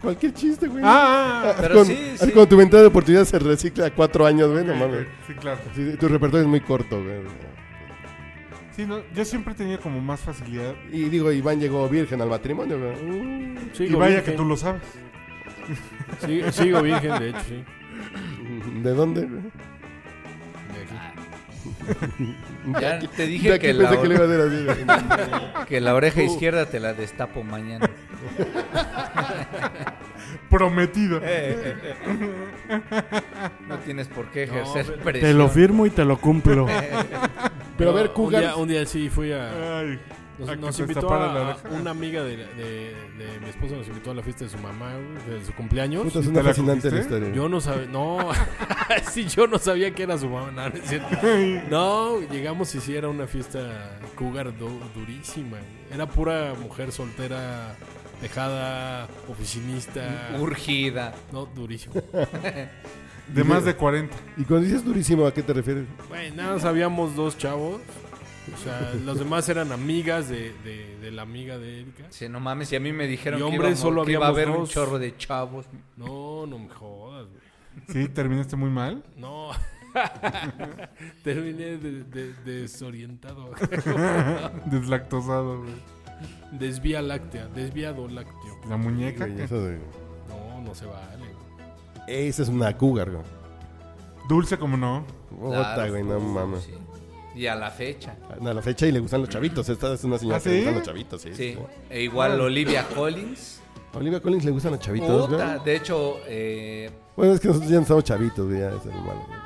Speaker 2: Cualquier chiste, güey.
Speaker 1: Ah,
Speaker 3: Pero
Speaker 2: con,
Speaker 3: sí, sí.
Speaker 2: con tu ventana de oportunidad se recicla a cuatro años, güey. No mames.
Speaker 1: Sí, claro.
Speaker 2: Sí, sí, tu repertorio es muy corto, güey.
Speaker 1: Sí, no, yo siempre tenía como más facilidad.
Speaker 2: Y digo, Iván llegó virgen al matrimonio, güey.
Speaker 1: Y vaya que tú lo sabes.
Speaker 4: Sigo, sigo virgen, de hecho, sí.
Speaker 2: ¿De dónde? güey?
Speaker 3: Ya te
Speaker 2: De
Speaker 3: dije
Speaker 2: aquí
Speaker 3: que
Speaker 2: pensé
Speaker 3: la,
Speaker 2: que le iba Uh. a hacer así. güey.
Speaker 3: que la oreja izquierda te la destapo mañana.
Speaker 1: Prometido.
Speaker 2: Eh.
Speaker 3: No tienes por qué
Speaker 4: No,
Speaker 3: ejercer
Speaker 4: pero-
Speaker 3: presión.
Speaker 6: Te lo firmo y te lo cumplo.
Speaker 2: Pero a ver,
Speaker 4: un
Speaker 2: Cougar-
Speaker 4: día- Un día, sí fui a...
Speaker 1: Ay, Eh, a
Speaker 4: Nos,
Speaker 1: que
Speaker 4: nos
Speaker 1: te
Speaker 4: invitó
Speaker 1: taparan la
Speaker 4: a,
Speaker 1: oreja.
Speaker 4: una amiga de, de- de mi esposa, nos invitó a la fiesta de su mamá, güey, de su cumpleaños.
Speaker 2: Puta, es
Speaker 1: ¿Y
Speaker 2: una
Speaker 1: te la
Speaker 2: fascinante la
Speaker 1: cogiste?
Speaker 2: historia.
Speaker 4: Yo no sabía, no, sí, yo no sabía que era su mamá, no, no es cierto. No, llegamos y sí era una fiesta cougar du- durísima. Era pura mujer soltera, dejada, oficinista.
Speaker 3: Urgida.
Speaker 4: No, durísimo.
Speaker 1: de más de 40.
Speaker 2: Y cuando dices durísimo, ¿a qué te refieres?
Speaker 4: Bueno, nada, más habíamos dos chavos. O sea, los demás eran amigas de, de- de la amiga de Erika.
Speaker 3: Sí, no mames, y a mí me dijeron
Speaker 4: Y
Speaker 3: que,
Speaker 4: hombres
Speaker 3: íbamos-
Speaker 4: solo
Speaker 3: que iba a
Speaker 4: habíamos
Speaker 3: haber un
Speaker 4: dos.
Speaker 3: chorro de chavos.
Speaker 4: No, no me jodas, güey.
Speaker 1: Sí, terminaste muy mal.
Speaker 4: No. Terminé de- de- desorientado.
Speaker 1: Deslactosado, güey.
Speaker 4: Desvía láctea, desviado lácteo.
Speaker 1: La muñeca. eh,
Speaker 2: Güey, eso de-
Speaker 4: No, no se vale. güey.
Speaker 2: Esa es una cougar, güey.
Speaker 1: Dulce como no.
Speaker 2: Puta, güey, no mames.
Speaker 3: Sí. Y a la fecha.
Speaker 2: A la fecha y le gustan los chavitos. Esta es una señora
Speaker 1: ¿Ah,
Speaker 2: que le
Speaker 1: sí?
Speaker 2: gustan los chavitos, sí.
Speaker 3: Sí. E igual Olivia Collins.
Speaker 2: A Olivia Collins le gustan los chavitos, güey.
Speaker 3: Puta, de hecho, eh,
Speaker 2: Bueno, es que nosotros ya no estamos chavitos, güey. Ya es el malo, güey.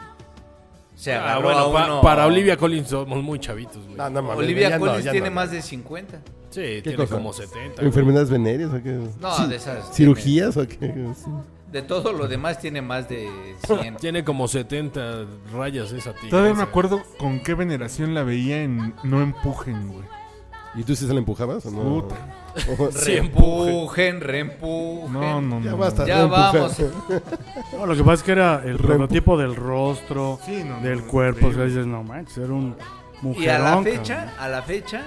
Speaker 3: se
Speaker 4: Ah,
Speaker 3: agarró
Speaker 4: bueno,
Speaker 3: a
Speaker 4: pa-
Speaker 3: uno- Ah,
Speaker 4: para Olivia Collins somos muy chavitos, güey.
Speaker 2: No, no mames,
Speaker 3: Olivia
Speaker 2: ya no,
Speaker 3: Collins
Speaker 2: ya
Speaker 3: tiene
Speaker 2: no.
Speaker 3: más de 50.
Speaker 4: sí, tiene
Speaker 2: cosa?
Speaker 4: como 70. güey.
Speaker 2: ¿Enfermedades venéreas o qué?
Speaker 3: No,
Speaker 2: Ci-
Speaker 3: de esas.
Speaker 2: ¿Cirugías o qué? Sí.
Speaker 3: tiene- de todo lo demás tiene más de 100.
Speaker 4: Tiene como 70 rayas esa tía.
Speaker 1: Todavía me acuerdo con qué veneración la veía en No Empujen, güey.
Speaker 2: ¿Y tú sí se la empujabas o no?
Speaker 1: Puta.
Speaker 2: Ojo,
Speaker 3: reempujen, reempujen.
Speaker 1: No, no, no.
Speaker 2: Ya
Speaker 1: no.
Speaker 2: basta.
Speaker 3: Ya
Speaker 2: empujar.
Speaker 3: vamos.
Speaker 6: No, lo que pasa es que era el prototipo del rostro,
Speaker 1: Sí, no,
Speaker 6: del
Speaker 1: no,
Speaker 6: cuerpo. O sea,
Speaker 1: horrible.
Speaker 6: dices, no manches, era un mujerón.
Speaker 3: Y a la
Speaker 6: cabrón.
Speaker 3: fecha, a la fecha,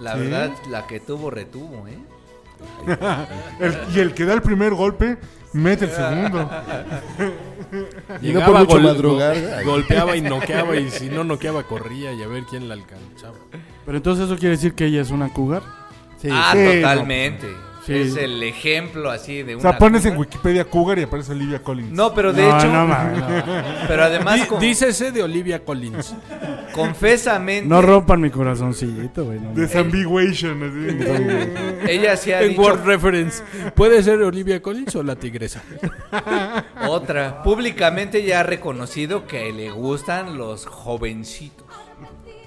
Speaker 3: la
Speaker 1: Sí.
Speaker 3: verdad, la que tuvo, retuvo, ¿eh?
Speaker 1: El- y el que da el primer golpe, mete el segundo.
Speaker 4: Llegaba,
Speaker 2: por mucho
Speaker 4: gol-
Speaker 2: madrugar,
Speaker 4: go-
Speaker 2: güey.
Speaker 4: golpeaba y noqueaba. Y si no noqueaba, corría y a ver quién la alcanzaba.
Speaker 6: Pero entonces eso quiere decir que ella es una cougar.
Speaker 2: Sí,
Speaker 3: ah,
Speaker 2: sí.
Speaker 3: totalmente.
Speaker 6: Sí.
Speaker 3: Es el ejemplo así de
Speaker 1: O
Speaker 3: una.
Speaker 1: sea, pones en
Speaker 3: cosa.
Speaker 1: Wikipedia Cougar y aparece Olivia Collins.
Speaker 3: No, pero de
Speaker 6: no,
Speaker 3: hecho.
Speaker 6: no, ma, no,
Speaker 3: Pero además,
Speaker 4: Di-
Speaker 3: con-
Speaker 4: dícese de Olivia Collins.
Speaker 3: confesamente,
Speaker 6: No rompan mi corazoncillito, güey.
Speaker 2: Eh.
Speaker 6: no, ma.
Speaker 1: Desambiguation. así.
Speaker 3: ella sí ha
Speaker 4: en
Speaker 3: dicho
Speaker 4: Word Reference. ¿Puede ser Olivia Collins o la tigresa?
Speaker 3: otra. Públicamente ya ha reconocido que le gustan los jovencitos.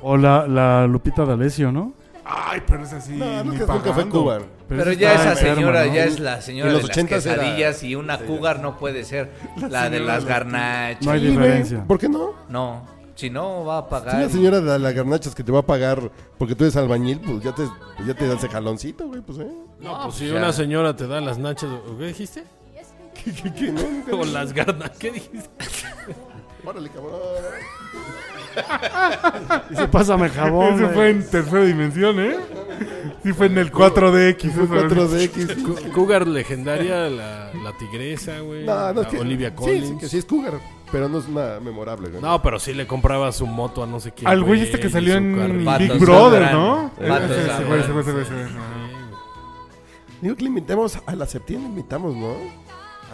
Speaker 6: O la, la Lupita D'Alessio, ¿no?
Speaker 1: Ay, pero es así.
Speaker 2: No,
Speaker 1: ni
Speaker 2: nunca, nunca fue
Speaker 1: pagando.
Speaker 2: Cuba.
Speaker 3: Pero
Speaker 6: eso
Speaker 3: ya
Speaker 6: está
Speaker 3: esa
Speaker 6: enferma,
Speaker 3: señora
Speaker 6: ¿no?
Speaker 3: ya es la señora
Speaker 2: En
Speaker 3: de
Speaker 2: los
Speaker 3: las
Speaker 2: 80s era-
Speaker 3: quesadillas y una cougar no puede ser la de las garnachas.
Speaker 6: No hay
Speaker 2: Sí, güey,
Speaker 6: diferencia.
Speaker 2: ¿Por qué no?
Speaker 3: No, si no va a
Speaker 2: Si
Speaker 3: pagar.
Speaker 2: la señora de las garnachas que te va a pagar porque tú eres albañil, pues ya te, pues ya te da ese jaloncito, güey, pues, ¿eh?
Speaker 4: No,
Speaker 3: pues
Speaker 4: pues si
Speaker 3: ya.
Speaker 4: una señora te da las nachas. ¿o ¿Qué dijiste?
Speaker 2: ¿Qué, qué, qué? No, nunca-
Speaker 4: O las garnas. ¿Qué dijiste?
Speaker 2: Órale, cabrón.
Speaker 6: Dice, pásame jabón.
Speaker 1: Ese
Speaker 6: güey.
Speaker 1: fue en tercera dimensión, ¿eh? Sí, fue en el 4DX. eso, ¿verdad?
Speaker 2: 4DX.
Speaker 4: Cougar legendaria, la, la tigresa, güey.
Speaker 2: No, no, es
Speaker 4: la
Speaker 2: que-
Speaker 4: Olivia
Speaker 2: sí,
Speaker 4: Collins.
Speaker 2: Sí, que sí es Cougar, pero no es una memorable, güey.
Speaker 4: No, pero sí le compraba su moto a no sé quién.
Speaker 1: Al güey este que salió
Speaker 4: y su
Speaker 1: en
Speaker 4: carrito.
Speaker 1: Big
Speaker 3: Pato
Speaker 1: Brother,
Speaker 3: Zambrano.
Speaker 1: ¿no?
Speaker 3: Pato
Speaker 1: Ese- ese güey, ese güey, ese güey, ese güey.
Speaker 2: Digo que le invitemos a la septiembre, invitamos, ¿no?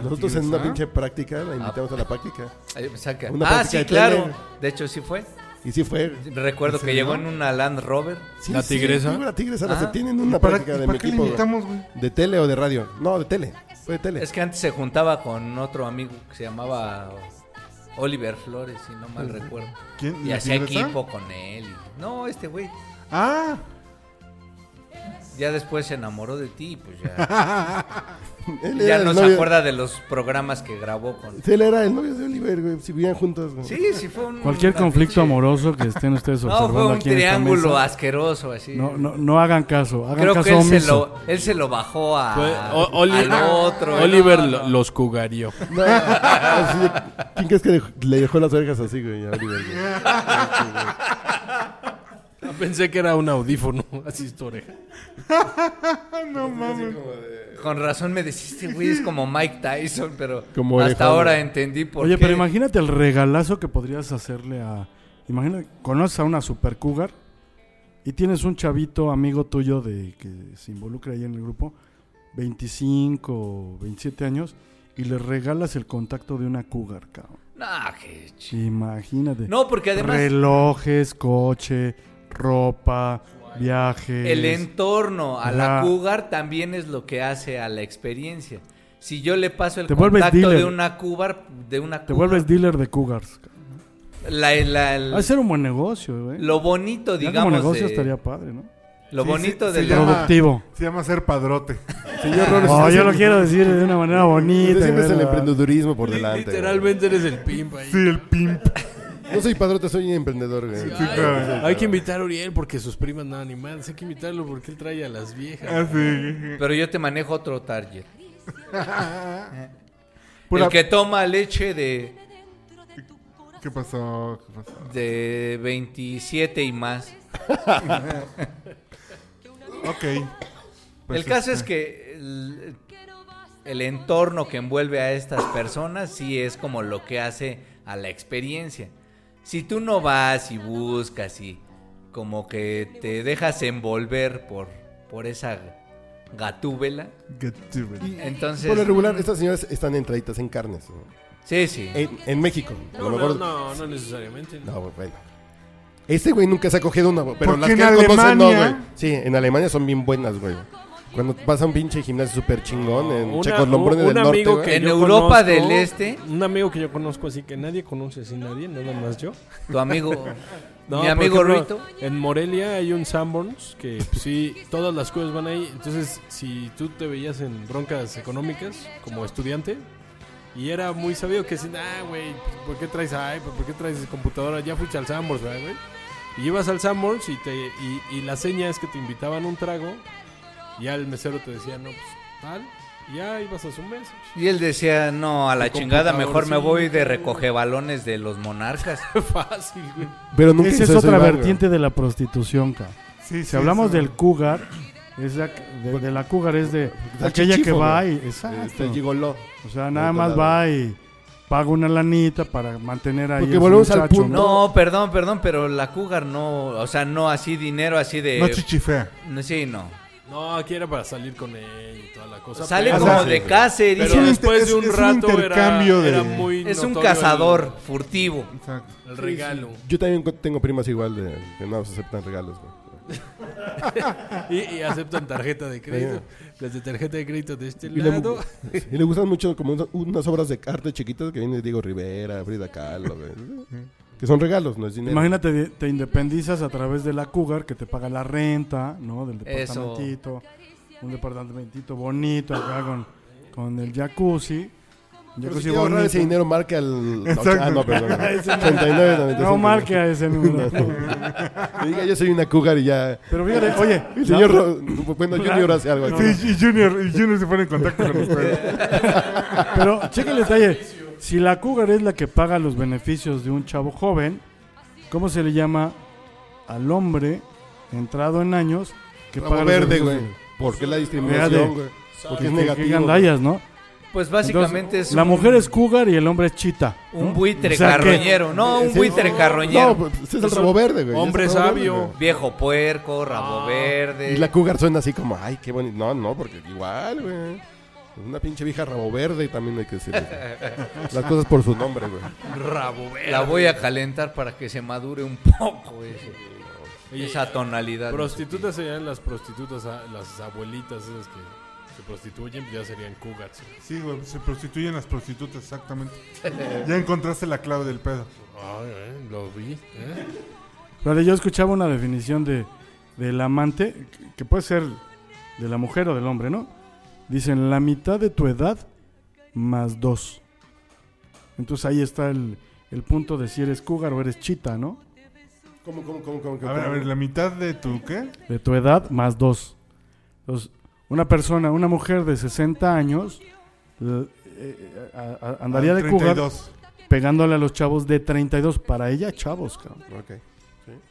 Speaker 2: Nosotros en una
Speaker 1: tigresa?
Speaker 2: pinche práctica la invitamos a la práctica.
Speaker 3: Ay, saca.
Speaker 2: Una
Speaker 3: Ah,
Speaker 2: práctica
Speaker 3: sí,
Speaker 2: de
Speaker 3: claro.
Speaker 2: tele.
Speaker 3: De hecho, sí fue.
Speaker 2: Y sí fue.
Speaker 3: Recuerdo que llegó en una Land Rover.
Speaker 2: Sí,
Speaker 4: ¿La
Speaker 2: sí,
Speaker 4: tigresa?
Speaker 2: sí, la tigresa, la
Speaker 3: Ah.
Speaker 2: septiembre en una
Speaker 1: ¿Para,
Speaker 2: práctica de
Speaker 1: para
Speaker 2: mi
Speaker 1: qué le
Speaker 2: equipo. güey.
Speaker 1: invitamos, güey?
Speaker 2: ¿De tele o de radio? No, de tele. Fue de tele.
Speaker 3: Es que antes se juntaba con otro amigo que se llamaba Oliver Flores, si no mal recuerdo.
Speaker 1: ¿Quién?
Speaker 3: Y
Speaker 1: ¿La
Speaker 3: hacía
Speaker 1: tigresa?
Speaker 3: equipo con él. y- No, este güey.
Speaker 1: Ah,
Speaker 3: Ya después se enamoró de ti y pues ya,
Speaker 2: Él
Speaker 3: ya
Speaker 2: el
Speaker 3: no se
Speaker 2: novio-
Speaker 3: acuerda de los programas que grabó con...
Speaker 2: Él era el novio de Oliver, güey. Si vivían juntos, güey.
Speaker 3: Sí, sí fue un...
Speaker 6: Cualquier
Speaker 3: una
Speaker 6: conflicto
Speaker 3: pinche-
Speaker 6: amoroso que estén ustedes
Speaker 3: No,
Speaker 6: observando
Speaker 3: fue un
Speaker 6: aquí en esta
Speaker 3: triángulo
Speaker 6: mesa,
Speaker 3: asqueroso así.
Speaker 6: no, no, no hagan caso, hagan
Speaker 3: Creo
Speaker 6: caso
Speaker 3: que él se,
Speaker 6: omiso.
Speaker 3: lo, él se lo bajó a,
Speaker 4: Fue- o- Oli-
Speaker 3: al otro. eh,
Speaker 4: Oliver
Speaker 3: No,
Speaker 4: lo-
Speaker 3: no.
Speaker 4: los cugarió.
Speaker 2: No, así de- ¿Quién crees que dej- le dejó las orejas así, güey? a Oliver, güey?
Speaker 4: Pensé que era un audífono, así es tu oreja.
Speaker 3: Con razón me deciste, güey, es como Mike Tyson, pero
Speaker 2: Como
Speaker 3: hasta
Speaker 2: orejón,
Speaker 3: ahora
Speaker 2: güey.
Speaker 3: entendí por
Speaker 6: Oye,
Speaker 3: qué.
Speaker 6: pero imagínate el regalazo que podrías hacerle a. Imagínate, conoces a una super cougar y tienes un chavito amigo tuyo de que se involucra ahí en el grupo, 25, 27 años, y le regalas el contacto de una cougar, cabrón.
Speaker 3: No, qué ch-
Speaker 6: Imagínate.
Speaker 3: No, porque además
Speaker 6: Relojes, coche, ropa, viajes.
Speaker 3: el entorno a la
Speaker 6: Ajá.
Speaker 3: cougar también es lo que hace a la experiencia. Si yo le paso el
Speaker 6: Te vuelves
Speaker 3: contacto de
Speaker 6: dealer.
Speaker 3: una cougar, de una
Speaker 6: Te
Speaker 3: cougar,
Speaker 6: vuelves dealer de cougars. cabrón.
Speaker 3: la- la-
Speaker 6: Ha de ser un buen negocio, güey.
Speaker 3: lo bonito,
Speaker 6: Ya como
Speaker 3: digamos,
Speaker 6: negocio
Speaker 3: de-
Speaker 6: estaría padre, ¿no?
Speaker 3: lo
Speaker 1: Sí,
Speaker 3: bonito
Speaker 1: sí,
Speaker 3: de
Speaker 1: sí,
Speaker 3: la-
Speaker 1: llama-
Speaker 6: Productivo.
Speaker 1: Se llama ser padrote.
Speaker 2: Señor Robles,
Speaker 6: Oh,
Speaker 2: usted
Speaker 6: yo
Speaker 2: siempre-
Speaker 6: lo quiero decir de una manera bonita.
Speaker 2: usted Siempre es el
Speaker 6: ¿verdad?
Speaker 2: emprendedurismo por delante. güey.
Speaker 4: Literalmente eres el pimpa ahí.
Speaker 1: Sí, el pimp.
Speaker 2: No soy padrote, soy emprendedor, güey.
Speaker 4: Ay, hay que invitar a Uriel porque sus primas no animadas. Hay que invitarlo porque él trae a las viejas.
Speaker 1: Así.
Speaker 3: Pero yo te manejo otro target.
Speaker 1: Pura-
Speaker 3: El que toma leche de,
Speaker 1: ¿Qué pasó? ¿Qué pasó?
Speaker 3: de 27 y más.
Speaker 1: Ok. Pues,
Speaker 3: el caso es
Speaker 1: este,
Speaker 3: que el, el entorno que envuelve a estas personas sí es como lo que hace a la experiencia. Si tú no vas y buscas y como que te dejas envolver por, por esa gatúbela,
Speaker 1: get to it.
Speaker 3: entonces...
Speaker 2: Por lo regular, eh, estas señoras están entraditas en carnes. güey.
Speaker 3: Sí, sí.
Speaker 2: En, en México. A
Speaker 4: No,
Speaker 2: lo
Speaker 4: no,
Speaker 2: mejor.
Speaker 4: no, no necesariamente.
Speaker 2: No, güey, bueno. Este güey nunca se ha cogido una, güey, pero
Speaker 1: Porque
Speaker 2: las que
Speaker 1: en
Speaker 2: él conoce no,
Speaker 1: Alemania-
Speaker 2: güey. Sí, en Alemania son bien buenas, güey. Cuando vas a un pinche gimnasio súper chingón en
Speaker 4: Una-
Speaker 2: Checolombrones
Speaker 4: un-
Speaker 2: del
Speaker 4: un
Speaker 2: Norte,
Speaker 4: amigo
Speaker 2: güey.
Speaker 4: que
Speaker 3: En
Speaker 4: yo
Speaker 3: Europa
Speaker 4: conozco,
Speaker 3: del Este.
Speaker 4: Un amigo que yo conozco, así que nadie conoce, así nadie, nada más yo.
Speaker 3: Tu amigo... mi
Speaker 4: No, por
Speaker 3: amigo
Speaker 4: ejemplo,
Speaker 3: Ruito.
Speaker 4: En Morelia hay un Sanborns que pues, sí, todas las cosas van ahí. Entonces, si tú te veías en broncas económicas como estudiante, y era muy sabido que decían, ah, güey, ¿por qué traes iPad? ¿Por qué traes computadora? Ya fuiste al Sanborns, ¿verdad, güey? Y ibas al Sanborns y, te, y, y la seña es que te invitaban un trago, y al mesero te decía, no, pues tal, y ya ibas a su mesa.
Speaker 3: Y él decía, no, a la
Speaker 4: Tu
Speaker 3: chingada, mejor me voy de
Speaker 4: computadorcito.
Speaker 3: recoge balones de los monarcas.
Speaker 4: Fácil, güey.
Speaker 2: Pero nunca hizo
Speaker 6: Esa es
Speaker 2: eso
Speaker 6: otra
Speaker 2: Iván, güey.
Speaker 6: vertiente de la prostitución, ca.
Speaker 1: Sí,
Speaker 6: Si
Speaker 1: sí,
Speaker 6: hablamos
Speaker 1: eso.
Speaker 6: del cougar, es la- de, de la cougar es de
Speaker 2: Está
Speaker 6: aquella que
Speaker 2: chichifo,
Speaker 6: va y...
Speaker 2: güey.
Speaker 6: Exacto.
Speaker 2: Este gigoló.
Speaker 6: O sea, nada
Speaker 2: Ahorita
Speaker 6: más
Speaker 2: la-
Speaker 6: va y paga una lanita para mantener ahí
Speaker 2: Porque
Speaker 6: a su
Speaker 2: volvemos al
Speaker 6: muchacho.
Speaker 2: punto.
Speaker 3: No, perdón, perdón, pero la cougar no, o sea, no así dinero, así de...
Speaker 1: No
Speaker 6: Eh.
Speaker 1: chichifea.
Speaker 3: No, sí, no.
Speaker 4: No, aquí era para salir con él y toda la cosa.
Speaker 3: Sale
Speaker 4: pero-
Speaker 1: o
Speaker 3: como
Speaker 1: sea,
Speaker 3: de
Speaker 2: sí.
Speaker 3: Cáceres.
Speaker 4: Ah,
Speaker 1: Es
Speaker 4: Pero
Speaker 1: un
Speaker 4: después
Speaker 1: inter-
Speaker 4: de un
Speaker 1: es- es un
Speaker 4: rato era-
Speaker 1: intercambio
Speaker 4: era,
Speaker 1: de-
Speaker 4: muy
Speaker 3: es un
Speaker 4: notorio el-
Speaker 3: cazador furtivo.
Speaker 1: Exacto.
Speaker 4: El, regalo.
Speaker 2: Yo también co- tengo primas igual de que no se aceptan regalos, güey.
Speaker 4: Y, y aceptan tarjeta de crédito. Las de tarjeta de crédito de este
Speaker 2: Y le,
Speaker 4: lado.
Speaker 2: y le gustan mucho como unas- unas obras de arte chiquitas que viene Diego Rivera, Frida Kahlo, güey. Que son regalos, no es dinero.
Speaker 6: Imagínate, de- te independizas a través de la cougar que te paga la renta, ¿no? Del
Speaker 3: Eso.
Speaker 6: departamentito. Un departamentito bonito acá con, con el jacuzzi. Un
Speaker 2: Pero si
Speaker 6: jacuzzi
Speaker 2: quiere ahorrar ese dinero, marque al... Ah, no, perdón. 39.95.
Speaker 6: No marque a ese número.
Speaker 2: Que diga, yo soy una cougar y ya...
Speaker 6: Pero fíjate, oye,
Speaker 2: El
Speaker 6: la
Speaker 2: señor...
Speaker 6: otra-
Speaker 2: Ro- Bueno, Junior hace algo. aquí.
Speaker 1: Sí, y Junior, y Junior se pone en contacto con ustedes.
Speaker 6: Pero checa el detalle. Si la cougar es la que paga los beneficios de un chavo joven, ¿cómo se le llama al hombre entrado en años que
Speaker 2: Ramo
Speaker 6: paga
Speaker 2: verde,
Speaker 6: los
Speaker 2: güey.
Speaker 6: beneficios?
Speaker 2: ¿Por qué la
Speaker 6: Verde.
Speaker 2: discriminación, güey? Porque es
Speaker 6: Qué- qué
Speaker 2: negativo.
Speaker 6: gandallas, ¿no?
Speaker 3: Pues básicamente
Speaker 6: Entonces,
Speaker 3: es
Speaker 6: la
Speaker 3: un,
Speaker 6: mujer es cougar y el hombre es chita.
Speaker 3: un
Speaker 6: ¿no?
Speaker 3: buitre
Speaker 6: O sea, que-
Speaker 3: carroñero. No, un
Speaker 2: Sí.
Speaker 3: buitre carroñero.
Speaker 2: No, pues este es el rabo verde, güey.
Speaker 4: Hombre
Speaker 2: Este es el rabo
Speaker 4: sabio.
Speaker 2: verde, güey.
Speaker 3: Viejo puerco, rabo verde.
Speaker 2: Y la cougar suena así como, ay, qué bonito. No, no, porque igual, güey. Una pinche vieja rabo verde también hay que decirlo. güey. Las cosas por su nombre, güey.
Speaker 4: Rabo verde.
Speaker 3: La voy a calentar para que se madure un poco ese-
Speaker 4: Oye,
Speaker 3: esa tonalidad.
Speaker 4: Prostitutas serían las prostitutas, ah, las abuelitas esas que se prostituyen, ya serían cougars.
Speaker 1: Sí, güey, pues, se prostituyen las prostitutas, exactamente. Ya encontraste la clave del pedo.
Speaker 4: Ay, eh, lo vi. eh.
Speaker 6: Pero yo escuchaba una definición de del amante que- que puede ser de la mujer o del hombre, ¿no? Dicen la mitad de tu edad más dos. Entonces ahí está el, el punto de si eres cougar o eres chita, ¿no?
Speaker 2: ¿Cómo, cómo, cómo, cómo? cómo?
Speaker 1: A ver, a ver, la mitad de tu qué?
Speaker 6: De tu edad más dos. Entonces, una persona, una mujer de 60 años, l- eh, a- a- andaría de cougar
Speaker 1: 32.
Speaker 6: pegándole a los chavos de 32. Para ella, chavos, cabrón.
Speaker 2: Ok.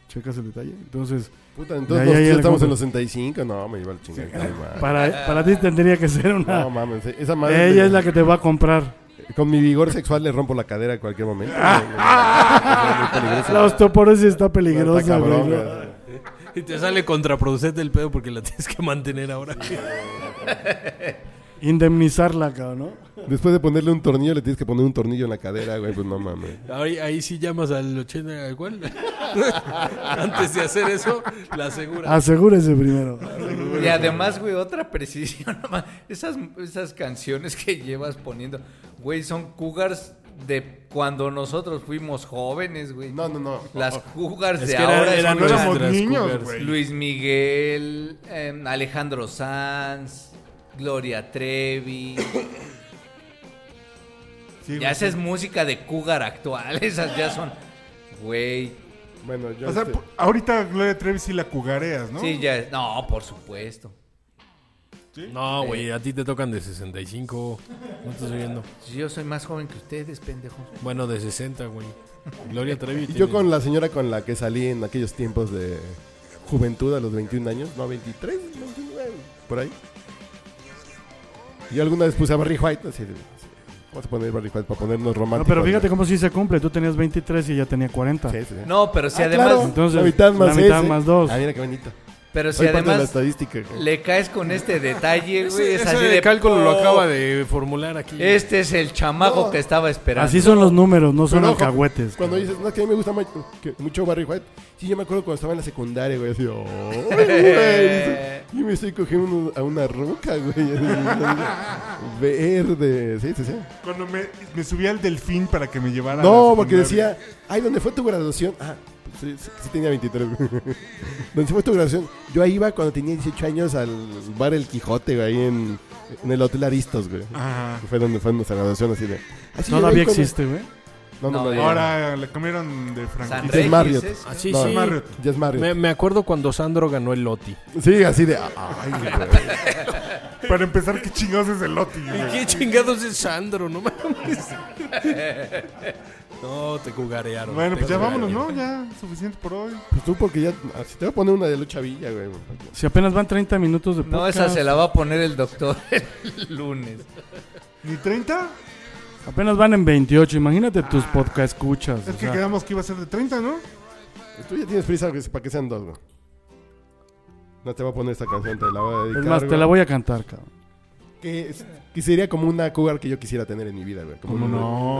Speaker 6: Checas el detalle. Entonces,
Speaker 2: Puta,
Speaker 6: Ya,
Speaker 2: entonces
Speaker 6: ya,
Speaker 2: nos-
Speaker 6: ya,
Speaker 2: ya estamos
Speaker 6: ¿cómo?
Speaker 2: en los 65. No, me iba al chingar. qué mal.
Speaker 6: para, para ti tendría que ser una...
Speaker 2: No mames, esa madre.
Speaker 6: ella
Speaker 2: de-
Speaker 6: es la que te va a comprar.
Speaker 2: Con mi vigor sexual le rompo la cadera a cualquier momento. güey.
Speaker 6: Ah,
Speaker 2: Es muy peligroso.
Speaker 6: La osteoporosis está
Speaker 2: Está
Speaker 6: peligrosa, güey.
Speaker 2: cabrón,
Speaker 6: ¿no?
Speaker 2: güey.
Speaker 4: Y te sale contraproducente el pedo porque la tienes que mantener ahora.
Speaker 6: Indemnizarla, cabrón, ¿no?
Speaker 2: Después de ponerle un tornillo, le tienes que poner un tornillo en la cadera, güey. Pues no mames.
Speaker 4: Ahí, ahí sí llamas al 80 al cual. Antes de hacer eso, la
Speaker 3: Ah,
Speaker 4: asegura.
Speaker 6: Asegúrese primero.
Speaker 3: Y además, güey, otra precisión. nomás. Esas, esas canciones que llevas poniendo, güey, son cougars de cuando nosotros fuimos jóvenes, güey.
Speaker 2: No, no, no.
Speaker 3: Las cougars
Speaker 4: Es
Speaker 3: de
Speaker 4: que era-
Speaker 3: ahora
Speaker 4: eran
Speaker 3: escuchan
Speaker 1: éramos
Speaker 4: nuestras
Speaker 1: niños,
Speaker 4: cougars.
Speaker 1: güey.
Speaker 3: Luis Miguel, em, Alejandro Sanz, Gloria Trevi.
Speaker 1: Sí,
Speaker 3: ya
Speaker 1: güey.
Speaker 3: esa es música de cougar actual. Esas ya son, güey.
Speaker 2: Bueno, yo.
Speaker 1: O sea,
Speaker 2: este-
Speaker 1: po- ahorita Gloria Trevi sí la cugareas, ¿no?
Speaker 3: Sí, ya es- No, por supuesto.
Speaker 4: No,
Speaker 1: Eh.
Speaker 4: güey, a ti te tocan de 65. No estás oyendo.
Speaker 3: Yo soy más joven que ustedes, pendejos.
Speaker 4: Bueno, de 60, güey. Gloria Trevi.
Speaker 2: Y
Speaker 4: tiene-
Speaker 2: yo con la señora con la que salí en aquellos tiempos de juventud a los 21 años, no, 23, 29, por ahí. Yo alguna vez puse a Barry White, así de, así, vamos a poner Barry White para ponernos
Speaker 6: No,
Speaker 2: románticos.
Speaker 6: pero fíjate cómo sí se cumple. Tú tenías 23 y ella tenía 40.
Speaker 2: Sí, sí, sí.
Speaker 3: No, pero si
Speaker 2: Ah,
Speaker 3: además,
Speaker 2: claro,
Speaker 6: Entonces,
Speaker 2: la mitad más,
Speaker 6: la mitad
Speaker 2: ese.
Speaker 6: más dos.
Speaker 2: Ah, mira qué bonito.
Speaker 3: pero si
Speaker 2: Soy parte de la
Speaker 3: además
Speaker 2: estadística. güey.
Speaker 3: le caes con este detalle, güey,
Speaker 4: Ese,
Speaker 3: es
Speaker 4: ese
Speaker 3: así de
Speaker 4: cálculo lo
Speaker 3: "Oh,
Speaker 4: acaba de formular aquí.
Speaker 3: Este es el chamaco que estaba esperando.
Speaker 6: Así son los números, no son
Speaker 2: Pero ojo,
Speaker 6: alcahuetes.
Speaker 2: Cuando
Speaker 6: cabrón.
Speaker 2: dices, no, es que a mí me gusta ma- que- mucho Barry White. Sí, yo me acuerdo cuando estaba en la secundaria, güey, así, oh, güey, Yo me estoy cogiendo un- a una roca, güey. así, Verde, sí, sí, sí.
Speaker 1: Cuando me, me subí al delfín para que me llevara. a
Speaker 2: No,
Speaker 1: Ah, la
Speaker 2: porque
Speaker 1: secundaria.
Speaker 2: decía, ay, ¿dónde fue tu graduación? Ah, pues sí, sí, sí tenía 23. güey. ¿Dónde fue tu graduación? Yo ahí iba cuando tenía 18 años al bar El Quijote, güey, ahí en, en el Hotel Aristos, güey.
Speaker 1: Ajá.
Speaker 2: Fue donde fue nuestra graduación, así de. "Ah, sí, yo voy
Speaker 6: Todavía
Speaker 2: con-
Speaker 6: existe, güey.
Speaker 2: No, no,
Speaker 3: No,
Speaker 2: no.
Speaker 3: ya.
Speaker 2: ya-
Speaker 1: Ahora le comieron de
Speaker 3: San ¿eh?
Speaker 1: franquicia.
Speaker 2: Rey.
Speaker 3: Regis,
Speaker 2: Marriott.
Speaker 3: es-
Speaker 4: Ah, sí,
Speaker 2: No,
Speaker 4: sí.
Speaker 1: es Marriott.
Speaker 2: Ya es Mario.
Speaker 4: Me, me acuerdo cuando Sandro ganó el Loti.
Speaker 2: Sí, así de. Ay, güey.
Speaker 1: Para empezar, ¿qué chingados es el Loti?
Speaker 4: ¿Y
Speaker 1: güey?
Speaker 4: qué chingados es Sandro? No mames. no, te jugarearon.
Speaker 1: Bueno,
Speaker 4: te
Speaker 1: pues ya vámonos,
Speaker 4: jugarearon.
Speaker 1: ¿no? Ya, suficiente por hoy.
Speaker 2: Pues tú, porque ya. ah, Si te voy a poner una de lucha villa, güey. pues,
Speaker 6: Si apenas van 30 minutos de
Speaker 3: No,
Speaker 6: podcast.
Speaker 3: esa se la va a poner el doctor el lunes.
Speaker 1: ¿Ni 30?
Speaker 6: Apenas van en 28. Imagínate tus
Speaker 2: Ah.
Speaker 6: podcast escuchas.
Speaker 1: Es que quedamos que iba a ser de 30, ¿no?
Speaker 2: pues, Tú ya tienes prisa güey, para que sean dos, güey. No te voy a poner esta canción, te la voy a dedicar.
Speaker 6: es más, te
Speaker 2: güey.
Speaker 6: la voy a cantar, cabrón.
Speaker 2: Que, es- que sería como una cougar que yo quisiera tener en mi vida, güey. Como
Speaker 1: ¿Cómo
Speaker 2: una-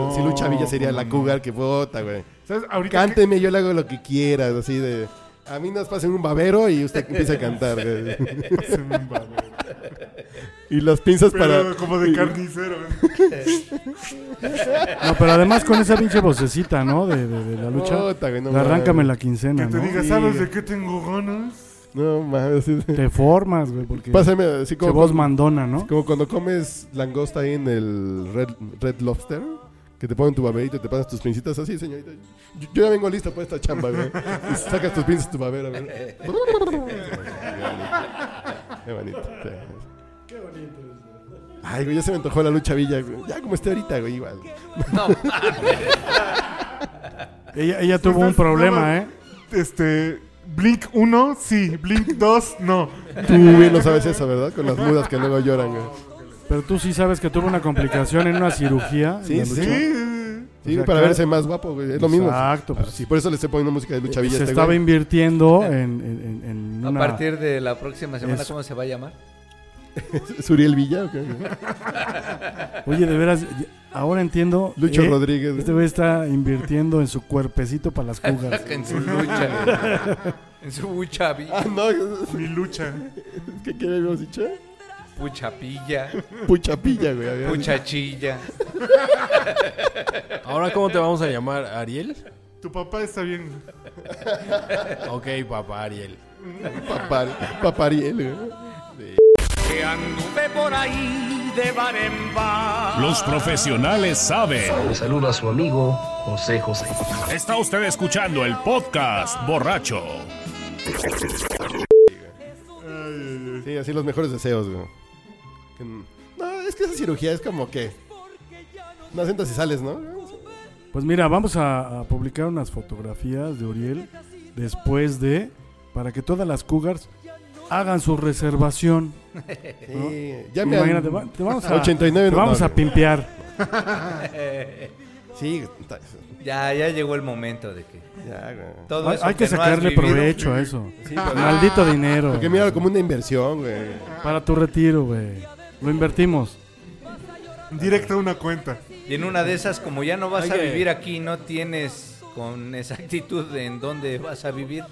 Speaker 1: no?
Speaker 2: Si Lucha Villa sería
Speaker 1: ¿Cómo
Speaker 2: la
Speaker 1: no?
Speaker 2: cougar que vota, güey.
Speaker 1: ¿Sabes? Ahorita. que-
Speaker 2: Cánteme, yo le hago lo que quieras, así de. A mí nos pasen un babero y usted empieza a cantar, güey.
Speaker 1: Se me embarró.
Speaker 2: Y las pinzas
Speaker 1: Pero
Speaker 2: para.
Speaker 1: como de carnicero. ¿eh? güey.
Speaker 6: No, pero además con esa pinche vocecita, ¿no? De, de- de la lucha.
Speaker 2: Bota, güey, no
Speaker 6: De arráncame
Speaker 2: mames.
Speaker 6: la quincena,
Speaker 1: Que
Speaker 2: Ah,
Speaker 1: te
Speaker 6: ¿no?
Speaker 1: diga, ¿sabes de qué tengo ganas?
Speaker 2: No mames. así de-
Speaker 6: Te formas, güey, porque...
Speaker 2: Pásame así
Speaker 6: Que
Speaker 2: como.
Speaker 6: voz
Speaker 2: con-
Speaker 6: mandona, ¿no?
Speaker 2: Como cuando comes langosta ahí en el Red, Red Lobster, que te ponen tu baberito y te pasas tus pincitas así, señorita. Yo, yo ya vengo lista para esta chamba, güey. Y sacas tus pinzas, tu babera, güey. Qué bonito. Qué bonito. Ay, güey, ya se me antojó la lucha villa, güey. Ya como esté ahorita, güey, igual.
Speaker 6: Ella, ella tuvo un
Speaker 1: Entonces,
Speaker 6: problema,
Speaker 1: no,
Speaker 6: ¿eh?
Speaker 1: Este. Blink 1, sí. Blink 2, no.
Speaker 2: Tú bien no sabes eso, ¿verdad? Con las mudas que luego lloran, güey.
Speaker 6: Pero tú sí sabes que tuvo una complicación en una cirugía.
Speaker 2: Sí,
Speaker 6: en la
Speaker 2: sí.
Speaker 6: lucha.
Speaker 2: Sí,
Speaker 6: O sea,
Speaker 2: para
Speaker 6: claro.
Speaker 2: verse más guapo, güey. Es lo mismo.
Speaker 6: Exacto, pues.
Speaker 2: Sí, por eso le estoy poniendo música de lucha villa.
Speaker 6: Se
Speaker 2: a este
Speaker 6: estaba
Speaker 2: güey.
Speaker 6: invirtiendo en, en- en- en
Speaker 3: A
Speaker 6: una...
Speaker 3: partir de la próxima semana,
Speaker 6: Eso.
Speaker 3: ¿cómo se va a llamar?
Speaker 2: Suriel Villa, ¿o qué?
Speaker 6: Oye, de veras, ya- ahora entiendo...
Speaker 2: Lucho
Speaker 6: eh,
Speaker 2: Rodríguez. güey.
Speaker 6: Este güey está invirtiendo en su cuerpecito para las cugas.
Speaker 3: En su lucha. en su buchavi,
Speaker 2: Ah, no, es
Speaker 1: Mi lucha.
Speaker 2: que ¿qué habíamos dicho?
Speaker 3: puchapilla,
Speaker 2: Puchapilla, güey. había dicho.
Speaker 3: puchachilla.
Speaker 4: Ahora, ¿cómo te vamos a llamar? ¿Ariel?
Speaker 1: Tu papá está bien.
Speaker 4: Ok, papá, Ariel.
Speaker 2: Papar- papariel, güey.
Speaker 7: que anduve por ahí de bar en bar.
Speaker 5: Los profesionales saben.
Speaker 8: Le saluda a su amigo José José.
Speaker 5: Está usted escuchando el podcast borracho.
Speaker 2: Sí, así los mejores deseos, güey. Que n- No, es que esa cirugía es como que. No entras y sales, ¿no?
Speaker 6: Pues mira, vamos a, a publicar unas fotografías de Uriel después de, para que todas las cougars hagan su reservación.
Speaker 2: Sí, ya me han-
Speaker 6: Imagínate, va- te vamos a,
Speaker 2: 89
Speaker 6: te vamos
Speaker 2: no,
Speaker 6: a
Speaker 2: güey.
Speaker 6: pimpear.
Speaker 2: Sí, ta-
Speaker 3: Ya, ya llegó el momento de que
Speaker 2: ya, güey.
Speaker 3: todo
Speaker 6: Hay,
Speaker 3: eso
Speaker 6: hay
Speaker 3: no
Speaker 6: que
Speaker 3: has
Speaker 6: sacarle
Speaker 3: vivido-
Speaker 6: provecho a eso. Maldito dinero.
Speaker 2: Porque mira, como una inversión, güey.
Speaker 6: Para tu retiro, güey. Lo invertimos.
Speaker 1: Directo a una cuenta.
Speaker 3: Y en una de esas, como ya no vas a
Speaker 4: Oye.
Speaker 3: vivir aquí, no tienes con exactitud en dónde vas a vivir,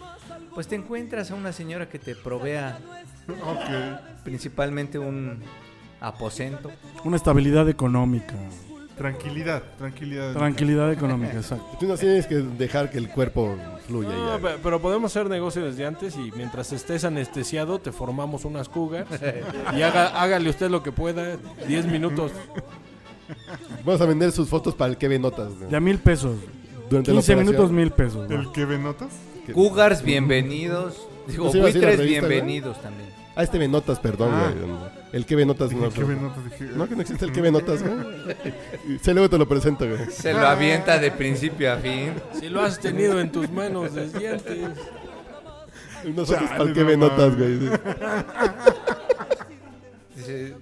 Speaker 3: pues te encuentras a una señora que te provea
Speaker 1: Ok.
Speaker 3: principalmente un aposento.
Speaker 6: Una estabilidad económica.
Speaker 1: Tranquilidad, tranquilidad.
Speaker 6: Tranquilidad económica, exacto.
Speaker 2: Tú no tienes que dejar que el cuerpo fluya.
Speaker 4: No,
Speaker 2: ya,
Speaker 4: pe- pero, podemos hacer negocio desde antes y mientras estés anestesiado te formamos unas cougars y haga- hágale usted lo que pueda, 10 minutos.
Speaker 2: güey. Vamos a vender sus fotos para el que ve notas. güey.
Speaker 6: De a mil pesos.
Speaker 2: Durante la
Speaker 6: 15
Speaker 2: operación.
Speaker 6: minutos, mil pesos. güey.
Speaker 1: ¿El que ve notas?
Speaker 3: Cougars, bienvenidos. Digo,
Speaker 2: Sí, iba a decir la
Speaker 3: buitres,
Speaker 2: revista,
Speaker 3: bienvenidos también.
Speaker 2: Ah, este ve notas, perdón,
Speaker 1: Ah.
Speaker 2: güey. El que ve notas,
Speaker 1: Dije,
Speaker 2: no.
Speaker 1: ¿el que ve notas? Dije, eh,
Speaker 2: No, que no existe el que ve notas, güey. Sí, luego te lo presento, güey.
Speaker 3: Se lo avienta de principio a fin.
Speaker 4: Si lo has tenido en tus manos desde antes.
Speaker 2: Unas fotos para el
Speaker 1: Chale,
Speaker 2: que ve
Speaker 1: no
Speaker 2: notas, güey.
Speaker 1: mames.
Speaker 2: Sí.
Speaker 3: Dice,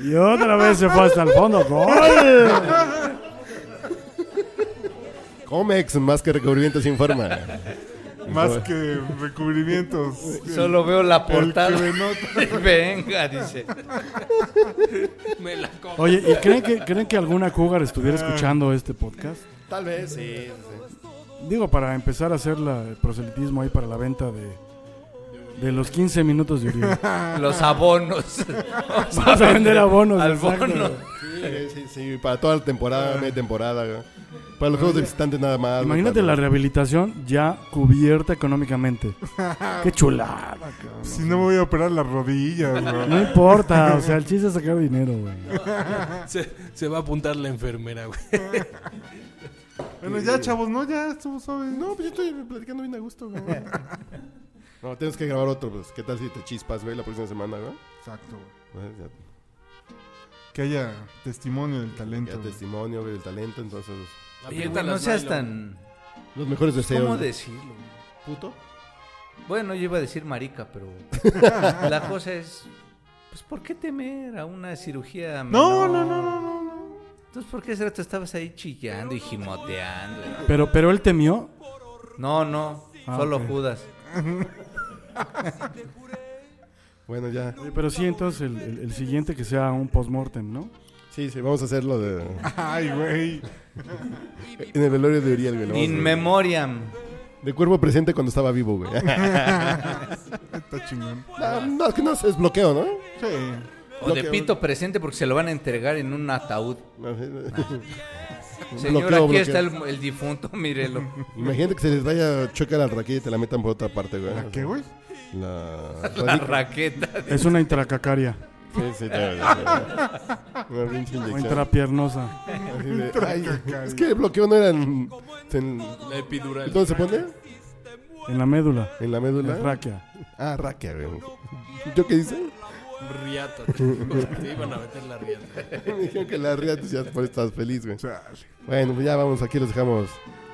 Speaker 6: Y otra vez se fue hasta el fondo. ¡Gol!
Speaker 2: Comex, más que recubrimientos informa.
Speaker 1: Más que recubrimientos.
Speaker 3: Solo veo la
Speaker 1: El que
Speaker 3: portada.
Speaker 1: ve notas.
Speaker 3: Venga, dice.
Speaker 4: Me la co-
Speaker 6: Oye, ¿y creen que, creen que alguna cougar estuviera escuchando este podcast?
Speaker 2: Tal vez, sí.
Speaker 6: Digo, para empezar a hacer la- el proselitismo ahí para la venta de, de los 15 minutos de Uriel.
Speaker 3: Los abonos.
Speaker 6: Vamos a vender abonos. exacto.
Speaker 3: Abonos.
Speaker 2: Sí, sí, sí, Para toda la temporada, media temporada, güey. Para los juegos de visitantes nada más. güey,
Speaker 6: Imagínate
Speaker 2: para-
Speaker 6: la rehabilitación ya cubierta económicamente. Qué chulada. cabrón.
Speaker 1: Si no me voy a operar las rodillas, güey.
Speaker 6: No importa, o sea, el chiste es sacar dinero, güey.
Speaker 4: se, se va a apuntar la enfermera, güey.
Speaker 1: Bueno, ya, chavos, no, ya estuvo suave.
Speaker 2: No, pues yo estoy platicando bien a gusto, güey. No, tienes que grabar otro, pues. ¿Qué tal si te chispas, güey, la próxima semana, güey?
Speaker 1: Exacto, güey.
Speaker 2: Pues, ya-
Speaker 1: Que haya testimonio del talento.
Speaker 2: Ya
Speaker 1: güey.
Speaker 2: testimonio, güey, el talento, entonces.
Speaker 3: Oye, güey, no seas tan...
Speaker 2: Los mejores deseos.
Speaker 3: ¿Cómo
Speaker 2: güey.
Speaker 3: decirlo?
Speaker 2: puto?
Speaker 3: Bueno, yo iba a decir marica, pero la cosa es, pues, ¿por qué temer a una cirugía?
Speaker 1: No,
Speaker 3: menor?
Speaker 1: no, no, no, no, no.
Speaker 3: Entonces, ¿por qué ese rato estabas ahí chillando y gimoteando?
Speaker 6: Pero, pero él temió.
Speaker 3: No, no,
Speaker 6: Ah,
Speaker 3: solo
Speaker 6: ok.
Speaker 3: Judas.
Speaker 2: Bueno, ya.
Speaker 6: Oye, Pero sí, entonces el, el- el siguiente que sea un postmortem, ¿no?
Speaker 2: Sí, sí, vamos a hacerlo de...
Speaker 1: Ay, güey.
Speaker 2: En el velorio de Uriel, güey. lo vamos a
Speaker 3: In
Speaker 2: hacer.
Speaker 3: memoriam.
Speaker 2: De cuerpo presente cuando estaba vivo, güey.
Speaker 1: Está chingón.
Speaker 2: no, no, es que no es bloqueo, ¿no?
Speaker 1: Sí.
Speaker 3: O
Speaker 2: Lo
Speaker 3: de
Speaker 2: que-
Speaker 3: pito presente porque se lo van a entregar en un ataúd. Señor,
Speaker 2: Bloqueo,
Speaker 3: aquí
Speaker 2: bloqueo.
Speaker 3: está el, el difunto, mírelo.
Speaker 2: Imagínate que se les vaya a chocar al raquete y te la metan por otra parte, güey.
Speaker 1: ¿La qué, güey?
Speaker 2: La...
Speaker 3: La raqueta.
Speaker 6: Es una intracacaria
Speaker 2: Sí, sí, te- Una pinche
Speaker 6: o
Speaker 2: inyección.
Speaker 6: intrapiernosa.
Speaker 2: Así de, ay, Es que el bloqueo no era en... en-
Speaker 4: La epidural.
Speaker 2: ¿Dónde se pone?
Speaker 6: en la médula,
Speaker 2: En la
Speaker 6: en la
Speaker 2: médula.
Speaker 6: tráquea.
Speaker 2: Ah, raquia, güey. ¿Yo qué hice?
Speaker 4: Riata. Te, te iban a meter la riata.
Speaker 2: Me dijeron que la ría ya por eso estás feliz, güey.
Speaker 1: Chale.
Speaker 2: Bueno, pues ya vamos, aquí los dejamos.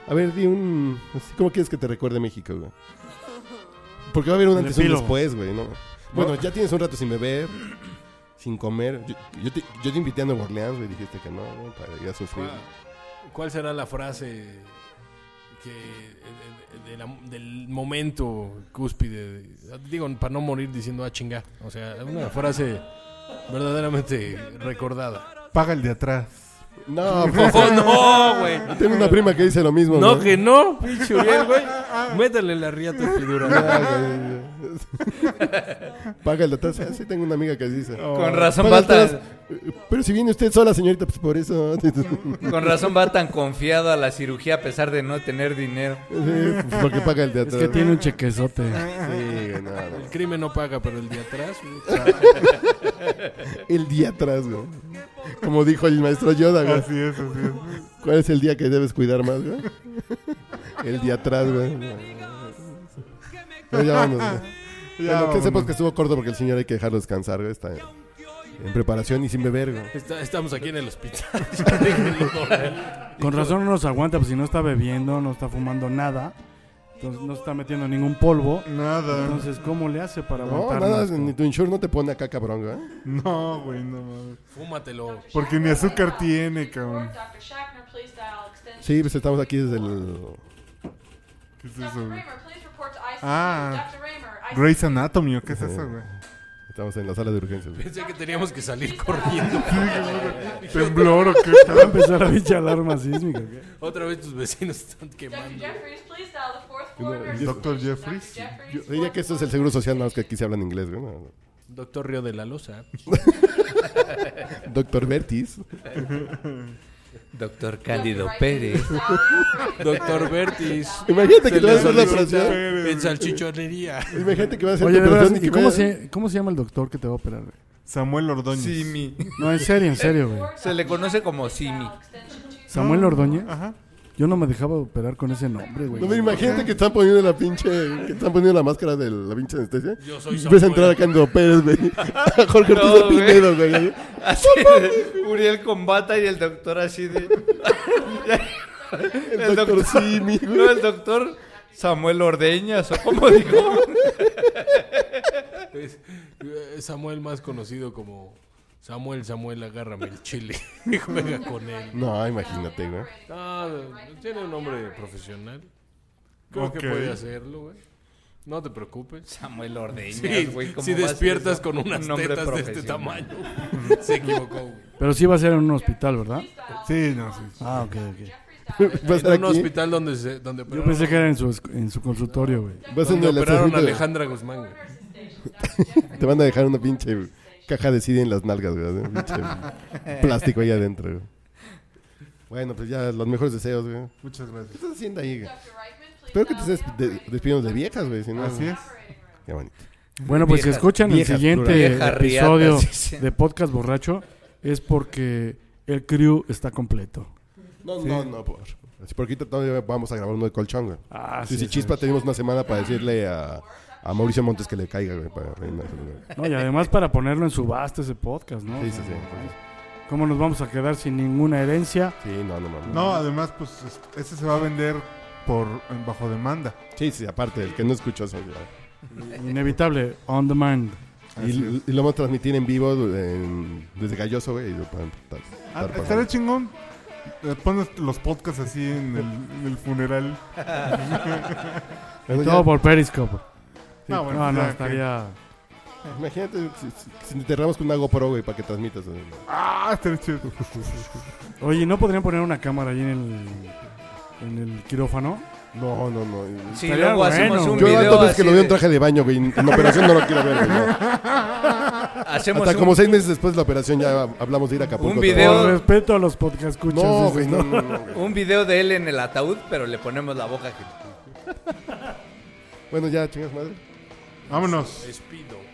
Speaker 2: A ver, di un. así, ¿Cómo quieres que te recuerde México, güey? Porque va a haber un
Speaker 6: El
Speaker 2: antes y un
Speaker 6: epílogo.
Speaker 2: después, güey, ¿no? Bueno, ya tienes un rato sin beber, sin comer. Yo, yo te, yo te invité a Nueva Orleans, güey, dijiste que no, güey, para ir a sufrir.
Speaker 4: ¿Cuál será la frase que de- de- de la- del momento cúspide? de- Digo, para no morir diciendo ah chinga. O sea, una frase verdaderamente recordada.
Speaker 1: Paga el de atrás.
Speaker 2: No, por
Speaker 4: Oh,
Speaker 2: favor.
Speaker 4: no, güey.
Speaker 2: Tengo una prima que dice lo mismo.
Speaker 4: No,
Speaker 2: güey.
Speaker 4: que no, pinche Uriel, güey. Métele la ría a tu figura.
Speaker 2: Ah, güey. Paga el dato. Sí, sí, tengo una amiga que dice.
Speaker 3: Con razón
Speaker 2: Paga
Speaker 3: va
Speaker 2: el dato.
Speaker 3: tan,
Speaker 2: Pero si viene usted sola, señorita, pues por eso. Sí,
Speaker 3: con razón va tan confiado a la cirugía a pesar de no tener dinero.
Speaker 2: porque paga el
Speaker 6: Es
Speaker 2: teatro.
Speaker 6: que tiene un chequezote.
Speaker 2: Sí, güey, no, no.
Speaker 4: El crimen no paga, pero el día atrás, güey.
Speaker 2: El día atrás, güey. Como dijo el maestro Yoda, güey.
Speaker 1: Así es, así es.
Speaker 2: ¿Cuál es el día que debes cuidar más, güey? El día atrás, güey. No, ya vámonos, güey.
Speaker 1: Ya,
Speaker 2: Bueno, que sepas
Speaker 1: vámonos.
Speaker 2: que estuvo corto porque el señor hay que dejarlo descansar, güey. Está en preparación y sin beber, güey.
Speaker 4: Está- estamos aquí en el hospital.
Speaker 6: Con razón no nos aguanta, pues si no está bebiendo, no está fumando nada, entonces no está metiendo ningún polvo.
Speaker 1: Nada.
Speaker 6: Entonces, ¿cómo le hace para
Speaker 2: No,
Speaker 6: aguantar?
Speaker 2: nada,
Speaker 6: más,
Speaker 2: ni
Speaker 6: cabrón?
Speaker 2: tu insure no te pone acá, cabrón, güey.
Speaker 1: No, güey, no mames.
Speaker 4: Fúmatelo.
Speaker 1: Porque ni azúcar tiene, cabrón.
Speaker 9: Dr. Shackner, please dial extension.
Speaker 2: Sí, pues estamos aquí desde el...
Speaker 1: ¿Qué es pues
Speaker 9: Dr.
Speaker 1: eso, güey?
Speaker 9: Raymer, please report to ICU.
Speaker 1: Ah.
Speaker 9: Dr. Raymer, ICU.
Speaker 1: Grey's Anatomy, ¿o qué es eso, güey?
Speaker 2: Estamos en la sala de urgencias, güey.
Speaker 4: Pensé que teníamos que salir corriendo.
Speaker 1: ¿Temblor o qué?
Speaker 6: Va a empezar la pinche alarma sísmica. ¿qué?
Speaker 4: Otra vez tus vecinos están
Speaker 9: Dr.
Speaker 4: quemando.
Speaker 9: Jeffries, please dial the fourth floor.
Speaker 2: Yo-
Speaker 9: emergency.
Speaker 1: Doctor Jeffries.
Speaker 9: Dr. Jeffries,
Speaker 2: Yo diría que esto es el Seguro Social, nada más que aquí se habla en inglés, güey. No, no.
Speaker 4: Doctor Río de la Loza.
Speaker 2: Doctor Bertis.
Speaker 3: Doctor Cándido Pérez.
Speaker 4: Doctor Bertis.
Speaker 2: Imagínate que
Speaker 4: Se
Speaker 2: te vas a
Speaker 4: le
Speaker 2: hacer la
Speaker 4: solicita
Speaker 2: operación.
Speaker 4: En salchichonería.
Speaker 2: Imagínate que vas a hacer
Speaker 6: Oye,
Speaker 2: tu
Speaker 6: de veras,
Speaker 2: operación
Speaker 6: ¿y
Speaker 2: que
Speaker 6: cómo
Speaker 2: vaya-
Speaker 6: se, cómo se llama el doctor que te va a operar? güey?
Speaker 1: Samuel Ordóñez.
Speaker 3: Simi.
Speaker 6: No, en serio, en serio, güey.
Speaker 3: Se le conoce como Simi.
Speaker 6: Samuel Ordóñez.
Speaker 1: Ajá.
Speaker 6: Yo no me dejaba operar con ese nombre, güey.
Speaker 2: No, pero imagínate que están poniendo la pinche. Que están poniendo la máscara de la pinche anestesia.
Speaker 4: Yo soy
Speaker 2: Y
Speaker 4: Samuel.
Speaker 2: Ves a entrar a Cándido Pérez, güey. A Jorge Ortiz
Speaker 3: No,
Speaker 2: de
Speaker 3: güey.
Speaker 2: Pinedo, güey.
Speaker 3: Así de- Uriel con bata y el doctor así de.
Speaker 2: El, doctor, Simi, güey.
Speaker 3: No, el doctor Samuel Ordeñas, o como digo.
Speaker 4: Es- eh, Samuel más conocido como Samuel, Samuel, agárrame el chile y juega con él.
Speaker 2: No, imagínate, güey.
Speaker 4: Ah, tiene un nombre profesional. Creo
Speaker 1: Ok.
Speaker 4: que puede hacerlo, güey. No te preocupes.
Speaker 3: Samuel
Speaker 4: Sí,
Speaker 3: Ordeñas, güey. ¿cómo
Speaker 4: si
Speaker 3: va a ser
Speaker 4: despiertas
Speaker 3: eso?
Speaker 4: con
Speaker 3: Un
Speaker 4: unas
Speaker 3: nombre
Speaker 4: tetas de este
Speaker 3: profesional.
Speaker 4: tamaño, se equivocó, güey.
Speaker 6: Pero sí va a ser en un hospital, ¿verdad?
Speaker 1: Sí, no, sí.
Speaker 6: Ah, ok, ok.
Speaker 2: Va a
Speaker 4: En
Speaker 2: estar
Speaker 4: un
Speaker 2: aquí.
Speaker 4: hospital donde se, donde
Speaker 6: Yo
Speaker 4: operaron,
Speaker 6: pensé que era en su, en su consultorio, güey.
Speaker 2: Vas en
Speaker 4: donde
Speaker 2: el
Speaker 4: operaron a
Speaker 2: asesino de-
Speaker 4: Alejandra Guzmán, güey.
Speaker 2: Te van a dejar una pinche caja de CD en las nalgas, güey. Un pinche plástico ahí adentro, güey. Bueno, pues ya los mejores deseos, güey. ¿Qué
Speaker 1: Muchas gracias.
Speaker 2: estás haciendo ahí, güey?
Speaker 9: Dr. Reichman, please
Speaker 2: Espero que te
Speaker 9: dial
Speaker 2: estés
Speaker 9: the
Speaker 2: de- despidiendo de viejas, güey. Si no,
Speaker 1: Así es.
Speaker 2: Qué bonito.
Speaker 6: Bueno, pues si
Speaker 3: Viejas-
Speaker 6: escuchan el
Speaker 2: viejas
Speaker 6: siguiente
Speaker 3: plural. Viejas
Speaker 6: episodio
Speaker 3: riatas, sí, sí.
Speaker 6: de Podcast Borracho es porque el crew está completo.
Speaker 2: No, no, no, por. Así porque ahorita todavía vamos a grabar uno de colchón, güey.
Speaker 6: Ah,
Speaker 2: Sí, sí, chispa, tenemos una semana para decirle a, a Mauricio Montes que le caiga, güey, para reinar.
Speaker 6: No, y además para ponerlo en subasta ese podcast, ¿no?
Speaker 2: Sí,
Speaker 6: O
Speaker 2: sí,
Speaker 6: sea,
Speaker 2: sí. entonces,
Speaker 6: ¿Cómo nos vamos a quedar sin ninguna herencia?
Speaker 2: Sí, no, no, no.
Speaker 1: No, además, pues es- este se va a vender por en bajo demanda.
Speaker 2: Sí, sí, aparte, el que no escuchó eso. güey.
Speaker 6: Inevitable, on demand.
Speaker 2: Y, y lo vamos a transmitir en vivo en- desde Galloso, güey. y lo pueden estar- estar
Speaker 1: Ah,
Speaker 2: pagando.
Speaker 1: Estaría chingón. Eh, Pones los podcasts así en el, en el funeral.
Speaker 2: Bueno, ya,
Speaker 6: Todo por Periscope. Sí,
Speaker 1: No,
Speaker 6: no, pues,
Speaker 1: bueno,
Speaker 6: no,
Speaker 1: ya,
Speaker 6: estaría...
Speaker 2: Imagínate si, si- si te enterramos con una GoPro, güey, para que transmitas. güey.
Speaker 1: Ah, estaría chido.
Speaker 6: Oye, ¿no podrían poner una cámara ahí en el, en el quirófano?
Speaker 2: No, no, no.
Speaker 3: Sí,
Speaker 6: Estaría
Speaker 3: luego hacemos
Speaker 6: bueno.
Speaker 3: un
Speaker 2: Yo
Speaker 3: video.
Speaker 2: tanto es que
Speaker 3: así
Speaker 2: lo veo en
Speaker 3: de-
Speaker 2: traje de baño, güey. En operación no lo quiero ver, güey. no.
Speaker 3: Hacemos
Speaker 2: Hasta
Speaker 3: un,
Speaker 2: como seis meses después de la operación ya hablamos de ir a Acapulco.
Speaker 3: Un
Speaker 2: otra vez.
Speaker 3: video.
Speaker 6: Por respeto a los podcast escuchas.
Speaker 2: No, güey, no, no, no, güey.
Speaker 3: un video de él en el ataúd, pero le ponemos la boca aquí.
Speaker 2: Bueno, ya, chingas madre.
Speaker 1: Vámonos.
Speaker 4: Despido.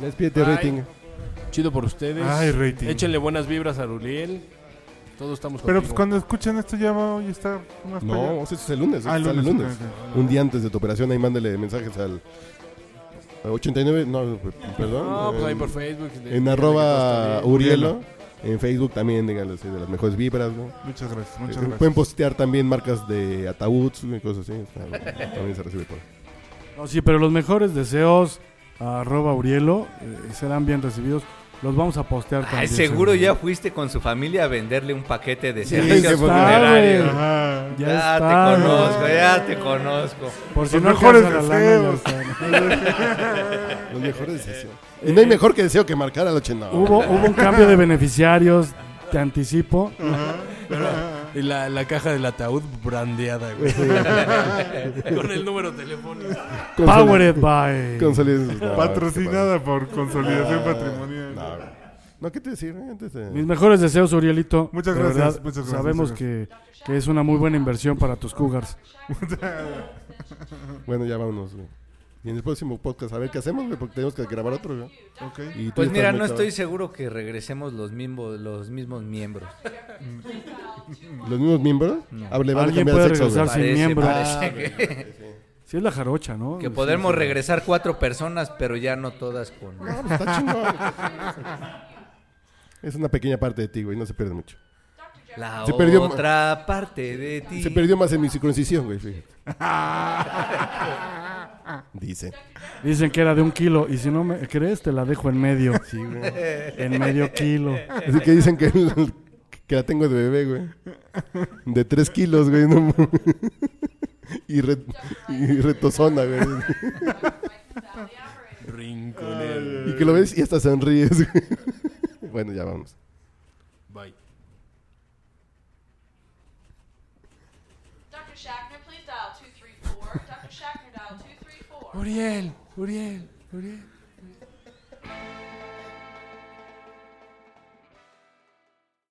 Speaker 2: Les pide
Speaker 4: Bye.
Speaker 2: rating.
Speaker 4: Chido por ustedes.
Speaker 1: Ay, rating.
Speaker 4: Échenle buenas vibras a Ruliel. Todos estamos
Speaker 1: Pero pues
Speaker 4: contigo.
Speaker 1: cuando escuchan esto ya va y está más para allá.
Speaker 2: No, o sea, eso es el lunes.
Speaker 1: Ah,
Speaker 2: Ah,
Speaker 1: el
Speaker 2: el
Speaker 1: lunes,
Speaker 2: lunes.
Speaker 1: ok,
Speaker 2: Un día antes de tu operación, ahí mándale mensajes al 89, no, p- perdón.
Speaker 4: No, pues ahí
Speaker 2: en-
Speaker 4: por Facebook. de-
Speaker 2: En
Speaker 4: de-
Speaker 2: arroba
Speaker 4: de-
Speaker 2: Urielo. En Facebook también, díganlo así, de las mejores vibras, ¿no?
Speaker 1: Muchas gracias,
Speaker 2: Eh,
Speaker 1: muchas
Speaker 2: Pueden
Speaker 1: gracias.
Speaker 2: postear también marcas de ataúds y cosas así. está- también se recibe por ahí.
Speaker 6: No, sí, pero los mejores deseos a arroba Urielo eh, serán bien recibidos. Los vamos a postear
Speaker 3: Ay,
Speaker 6: también.
Speaker 3: seguro ya fuiste con su familia a venderle un paquete de
Speaker 2: ya
Speaker 3: servicios
Speaker 2: fue.
Speaker 3: funerarios.
Speaker 6: Está,
Speaker 1: Ajá.
Speaker 6: Ya,
Speaker 3: Ya
Speaker 6: está.
Speaker 3: te conozco, ya te conozco.
Speaker 6: Por si
Speaker 1: Los
Speaker 6: no
Speaker 1: mejores
Speaker 6: alcanza la lana, ya
Speaker 1: deseos.
Speaker 6: está.
Speaker 2: Eh, Los mejores deseos. Y no hay mejor que deseo que marcar al 80.
Speaker 6: hubo, hubo un cambio de beneficiarios. te anticipo.
Speaker 4: Y la, la caja del ataúd brandeada, güey. Con el número telefónico.
Speaker 6: Powered by.
Speaker 2: Consolidación. no,
Speaker 1: Patrocinada por Consolidación Patrimonial.
Speaker 2: No, güey. No, ¿qué te decir? eh? Antes de-
Speaker 6: Mis mejores deseos, Urielito.
Speaker 1: Muchas
Speaker 6: De
Speaker 1: gracias,
Speaker 6: verdad,
Speaker 1: muchas gracias,
Speaker 6: Sabemos
Speaker 1: muchas
Speaker 6: que, que es una muy buena inversión para tus cougars.
Speaker 2: Bueno, ya vámonos, güey. Y en el próximo podcast, a ver qué hacemos, güey, porque tenemos que grabar otro, güey.
Speaker 1: Ok.
Speaker 2: Y tú
Speaker 3: Pues
Speaker 2: estás
Speaker 3: mira,
Speaker 2: muy
Speaker 3: no
Speaker 2: cabrón.
Speaker 3: estoy seguro que regresemos los mismos, los mismos miembros.
Speaker 2: ¿Los mismos miembros? Ah, le van a
Speaker 6: Alguien
Speaker 2: cambiar
Speaker 6: puede
Speaker 2: de sexo, güey. Ah,
Speaker 6: regresar sin
Speaker 3: Parece,
Speaker 6: miembro.
Speaker 3: parece que,
Speaker 6: Sí es la jarocha, ¿no?
Speaker 3: que
Speaker 6: Sí,
Speaker 3: podremos
Speaker 6: sí.
Speaker 3: regresar cuatro personas, pero ya no todas con...
Speaker 2: Ah, pues está chingón. Es una pequeña parte de ti, güey, no se pierde mucho.
Speaker 3: La
Speaker 2: Se perdió-
Speaker 3: otra parte de ti.
Speaker 2: Se perdió más en mi circuncisión, güey, fíjate. Dice.
Speaker 6: Dicen que era de un kilo. Y si no me crees, te la dejo en medio. En medio kilo.
Speaker 2: Así que dicen que, el- que la tengo de bebé, güey. De 3 kilos, güey. no mames. y, re- y retozona, güey.
Speaker 4: Rinconero.
Speaker 2: Y que lo ves y hasta sonríes, güey. Bueno, ya vamos.
Speaker 4: Bye.
Speaker 9: Dr. Shackner, please dial 234. Dr. Shackner, dial 234.
Speaker 4: Uriel, Uriel, Uriel.